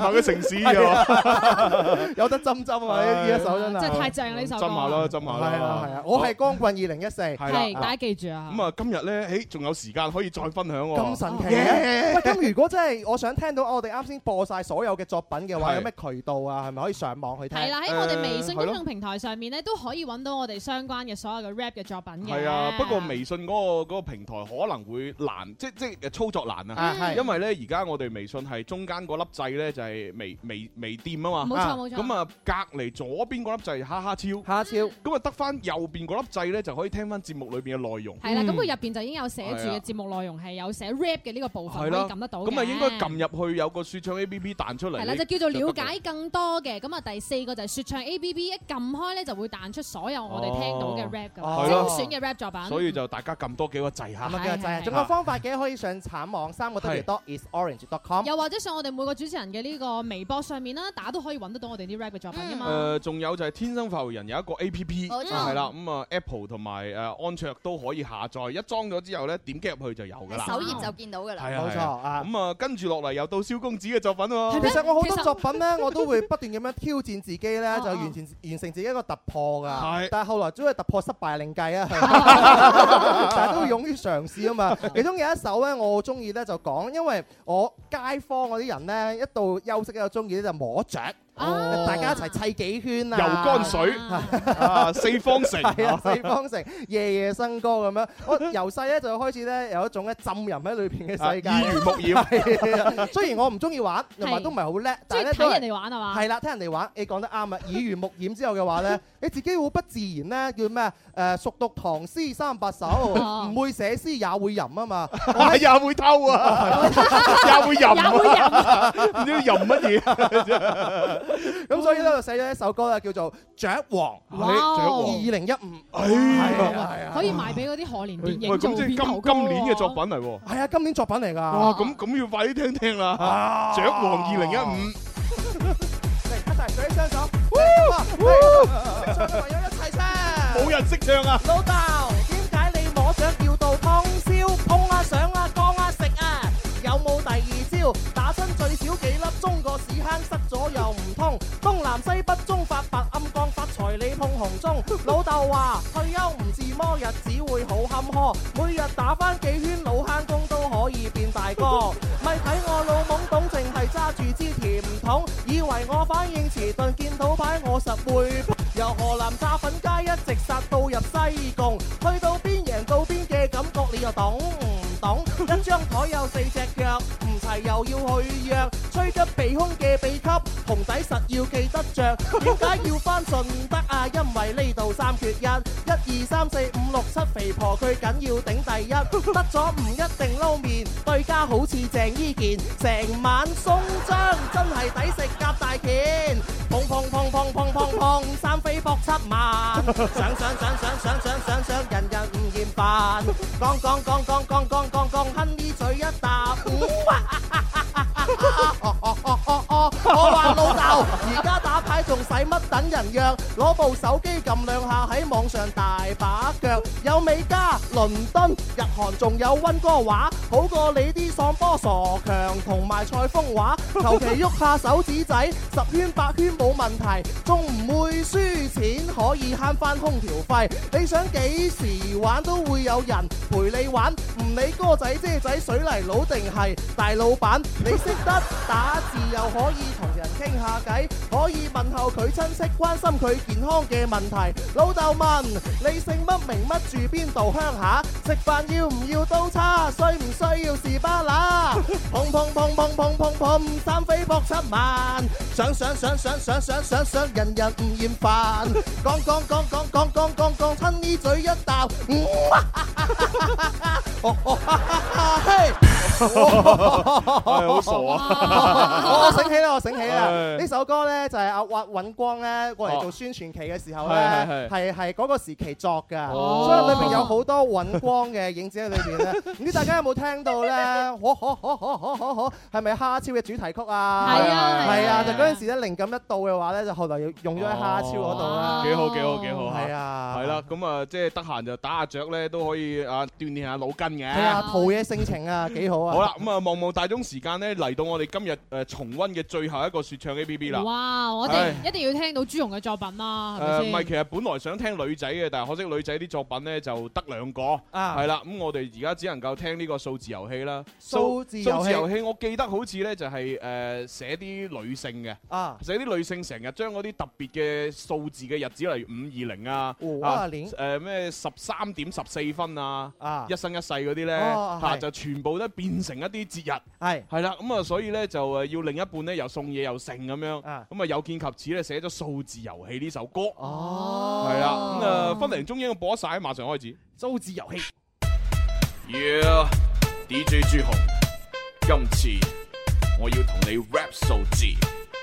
忙嘅城市係 啊，有得針針啊！呢呢一首真係真係太正呢首歌斟下啦，斟下啦。係啊係啊！我係光棍二零一四，係啦係大家記住啊！咁啊，今日咧，誒仲有時間可以再分享喎。咁神奇耶嘅。喂，咁如果真係我想聽到我哋啱先播晒所有嘅作品嘅話，係有咩渠道啊？係咪可以上網去聽？係啦，喺我哋微信公係眾平台上面咧，都可以揾到我哋相關嘅所有嘅 rap 嘅作品嘅。係啊，不過微信嗰個嗰個平台可能會難，即即誒操作難啊啊，係因為咧而家我哋微信係中間嗰粒掣咧就係微微微店啊嘛，冇錯啊冇錯咁啊隔離左邊嗰粒掣係哈哈超，哈超，咁啊得翻右邊嗰粒掣咧就可以聽翻節目裏邊嘅內容。係啦，咁佢入邊就已經有寫住係嘅啊節目內容係有寫 rap 嘅呢個部分可以撳得到嘅咁啊應該撳入去有個説唱 A P P 彈出嚟。係啦，就叫做得㗎了解更多嘅。咁啊，第四個就係説唱 A P P，一撳開咧就會彈出所有我哋聽到嘅 rap 哦㗎啦，精選嘅 rap 作品。所以就大家撳多幾個掣嚇。咁啊，就係仲有方法嘅，可以上橙網三個 W 係 dot is orange dot com。又或者上我哋每個主持人嘅呢個微博上面啦，打都可以揾得到我哋啲 rap 嘅作品噶嘛。誒，呃仲有就係天生發育人有一個 A P P，冇錯係啦，咁啊 Apple 同埋誒安卓都可以下載，一裝咗之後咧點擊入去就有㗎啦。首頁就見到㗎啦。係啊，冇錯啊。咁啊，跟住落嚟又到蕭公子嘅作品哦喎。其實我好多作品咧，我都會不斷咁樣挑戰自己咧，就完全完成自己一個突破㗎。但係後來都係突破失敗另計啊， 但係都會勇於嘗試啊嘛。其中有一首咧，我好中意咧，就講因為我街坊嗰啲人咧，一到休息咧，中意咧就摸雀。大家一齊砌幾圈啊！游乾水啊，四方城 係啊，四方城夜夜笙歌咁樣。我由細咧就開始咧有一種咧浸淫喺裏邊嘅世界，啊耳濡目染係啊雖然我唔中意玩，同埋係都唔係好叻，但係中咧意睇人哋玩係嘛係啦，聽人哋玩， 你講得啱啊！耳濡目染之後嘅話咧， 你自己好不自然咧，叫咩啊？誒，熟讀唐詩三百首，哦唔會寫詩也會吟啊嘛。也會 偷啊，也會淫啊，也會唔知淫 乜嘢。咁所以咧就寫咗一首歌啦，叫做《雀王》，哦哇雀王二零一五。啊係啊係啊可以賣俾嗰啲可憐電喂，影做咁即係片頭今歌今年嘅作品嚟喎。係啊，今年作品嚟㗎。哇，咁咁要快啲聽聽啦，《雀王二零一五》。啊 一齊舉雙手， 識唱嘅朋友一齊先。冇人識唱啊！老豆，點解你摸想叫到通宵？碰啊上啊降啊食啊，有冇第二招？打親最少幾粒鐘，個屎坑塞咗又唔通。東南西北中發白暗降發財，你碰紅中。老豆話退休唔自摸，日子會好坎坷。每日打翻幾圈老坑工都可以變大哥。咪睇我老懵懂，淨係揸住支甜筒，以為我反應遲鈍，見到牌我實會撲。由河南炸粉街一直殺到入西貢，去到邊贏到邊嘅感覺你又懂唔懂？一張台有四隻腳，唔齊又要去約，吹吉避空嘅秘笈，紅底實要記得着。點解要翻順德啊？因為呢度三缺一，一二三四五六七，肥婆佢緊要頂第一，得咗唔一定撈面，對家好似鄭伊健，成晚鬆張真係抵食夾大件，砰砰砰砰砰砰砰，三飛搏七萬，想想想想想想想想，人人唔厭煩，講講講講講講講講，哼呢嘴一啖，我話老豆而家打。仲使乜等人約？攞部手機撳兩下喺網上大把腳，有美加、倫敦、日韓，仲有温哥華，好過你啲爽波傻強同埋蔡風華。求其喐下手指仔，十圈八圈冇問題，仲唔會輸錢，可以慳翻空調費。你想幾時玩都會有人陪你玩，唔理哥仔姐仔水泥佬定係大老闆，你識得打字又可以同人傾下偈，可以問候佢親戚，關心佢健康嘅問題。老豆問你姓乜名乜住邊度鄉下，食飯要唔要刀叉，需唔需要士巴拿？砰砰砰砰砰砰砰，三飛搏七萬，想想想想想想想想，人人唔厭煩。講講講講講講講講，親呢嘴一啖。嗯哦哦哈哈哈嘿係好 傻我我啊！哦醒起啦， 我醒起啦！係呢首歌咧就係阿屈尹光咧過嚟做宣傳期嘅時候係咧係係，係係嗰個時期作㗎，哦所以裏面有好多尹光嘅影子喺裏邊咧。唔知大家有冇聽到咧？ 可可可可可可可係咪蝦超嘅主題曲啊？係啊係係啊！啊就嗰陣時咧靈感一到嘅話咧，就後來用咗喺蝦超嗰度啦。幾好幾好幾好係啊，係啦，咁啊，即係得閒就打下雀咧，都可以啊鍛鍊下腦筋嘅。係啊，陶冶性情啊，幾好啊！好啦，咁啊，望望大鐘時間咧，嚟到我哋今日誒重温嘅最後一個説唱 A P P 啦。哇！我唉哋一定要聽到朱紅嘅作品啊啦，係誒咪唔係，先？其實本來想聽女仔嘅，但係可惜女仔啲作品咧就得兩個，啊係啦。咁我哋而家只能夠聽呢個數字遊戲啦。數字遊戲數字遊戲，我記得好似咧就係誒寫啲女性嘅，啊寫啲女性成日將嗰啲特別嘅數字嘅日子，例如五二零啊，啊啊年誒咩十三點十四分啊啊，一生一世嗰啲咧哦係嚇就全部都變成一啲節日。係係啦，咁啊，所以咧就誒要另一半咧又送嘢又剩咁樣，咁啊有見及此咧寫咗數字遊戲呢首歌。哦，係啦，咁啊分零鐘已經播晒，馬上開始。數字遊戲 Yeah，DJ 朱紅，今次我要同你 rap 數字，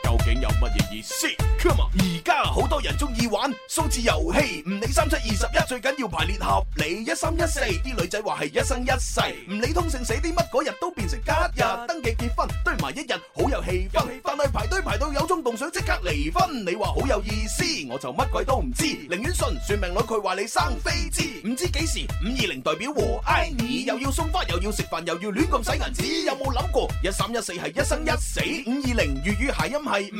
究竟有乜嘢意思？Come on！而家好多人中意玩數字遊戲，唔理三七二十一，最緊要排列合理。一三一四，啲女仔話係一生一世，唔理通勝死啲乜嗰日都變成吉日。登記結婚堆埋一日，好有氣氛，但係排隊排到有衝動想即刻離婚，你話好有意思，我就乜鬼都唔知，寧願信算命女佢話你生飛枝，唔知幾時五二零代表和 I 你又要送花又要食飯又要亂咁使銀紙，有冇諗過一三一四係一生一死？五二零粵語諧音係唔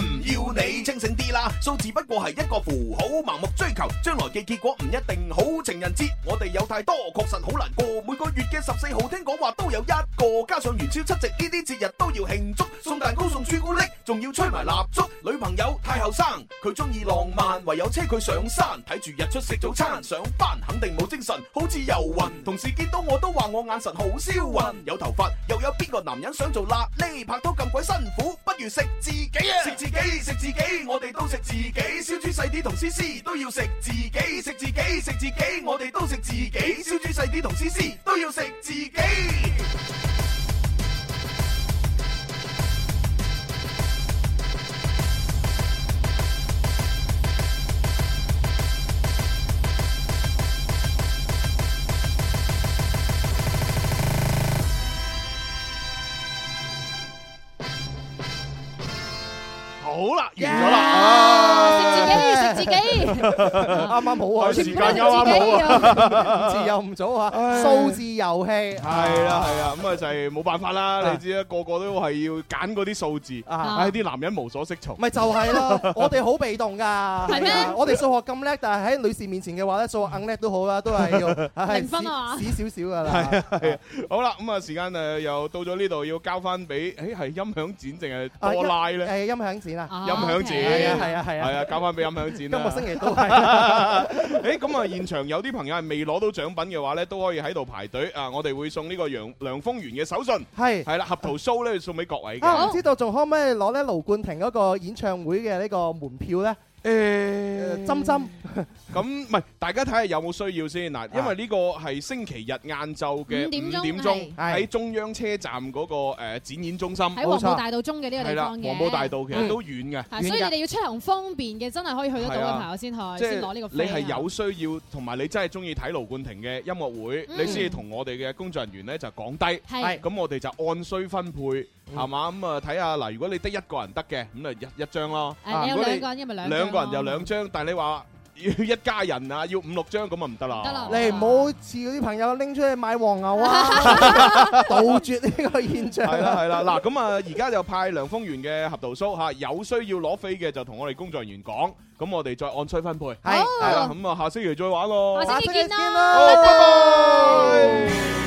要你清醒啲啦，數字不過係一個符號，盲目追求將來嘅結果唔一定好。情人節我哋有太多，確實好難過。每個月嘅十四號聽講話都有一個，加上元宵七夕呢啲節日都要慶祝，送蛋糕送朱古力，仲要吹埋蠟燭。女朋友太後生，佢中意浪漫，唯有車佢上山，睇住日出食早餐，上班肯定冇精神，好似遊魂。同事見到我都話我眼神好消魂，有頭髮又有邊個男人想做辣呢？拍拖咁鬼辛苦，不如食自己啊！食自己，食自己，我哋都食自己。燒豬細啲同思思都要食自己，食自己，食自己，我哋都食自己。燒豬細啲同思思都要食自己。好啦，完咗啊啦， 食自己食自己啱啱好啊，時間啱 啱好啊，自由唔早啊，唉數字遊戲係 À. 啦係啦，咁啊就係冇辦法啦，你知啦，個個都係要揀嗰啲數字，À. 啊唉啲男人無所適從。咪就係咯，我哋好被動㗎。係咩我哋數學咁叻，但係喺女士面前嘅話咧，數學硬叻都好啦，都係要係零分啊嘛屎屎少少㗎啦。係啊係啊，好啦，咁啊時間誒又到咗呢度，要交翻俾，誒係音響展定 Ờ, 係多拉咧？誒音響展啊，音響展係啊係啊係啊，ờ. 係啊，交翻俾音響展今個啦。星期都係誒咁啊，現場有啲朋友係未攞到獎品嘅話咧，都可以喺度排隊啊！我哋會送呢個楊梁風源嘅手 信，係係啦，合桃酥咧送俾各位啊，嘅唔。知道仲可唔可以攞咧盧冠廷嗰個演唱會嘅呢個門票咧？誒，針針咁唔係，大家睇下有冇需要先嗱，因為呢個係星期日晏晝嘅五點鐘五點鐘係哎喺中央車站嗰個誒展演中心，喺黃埔大道中嘅嗯呢個係地啦，方嘅。黃埔大道其實都遠嘅，係所以你哋要出行方便嘅，真係可以去得到係嘅啊朋友先去，即先攞呢係個你飛啊。係有需要，同埋你真係中意睇盧冠廷嘅音樂會，嗯你先至同我哋嘅工作人員咧就講低，係咁我哋就按需分配係嘛？咁啊睇下嗱，如果你得一個人得嘅，咁啊一一張咯。誒，你如有果兩個人，因咪兩兩個人咯就兩張，但係你話要一家人啊，要五六張咁啊唔得啦。你唔好似嗰啲朋友拎出去買黃牛啊，杜絕呢個現象。係啦係啦，嗱咁啊，而家就派梁豐源嘅合桃酥嚇，有需要攞飛嘅就同我哋工作人員講，咁我哋再按需分哦配。係係啦，咁啊下星期再玩咯。下星期見啦好，拜拜。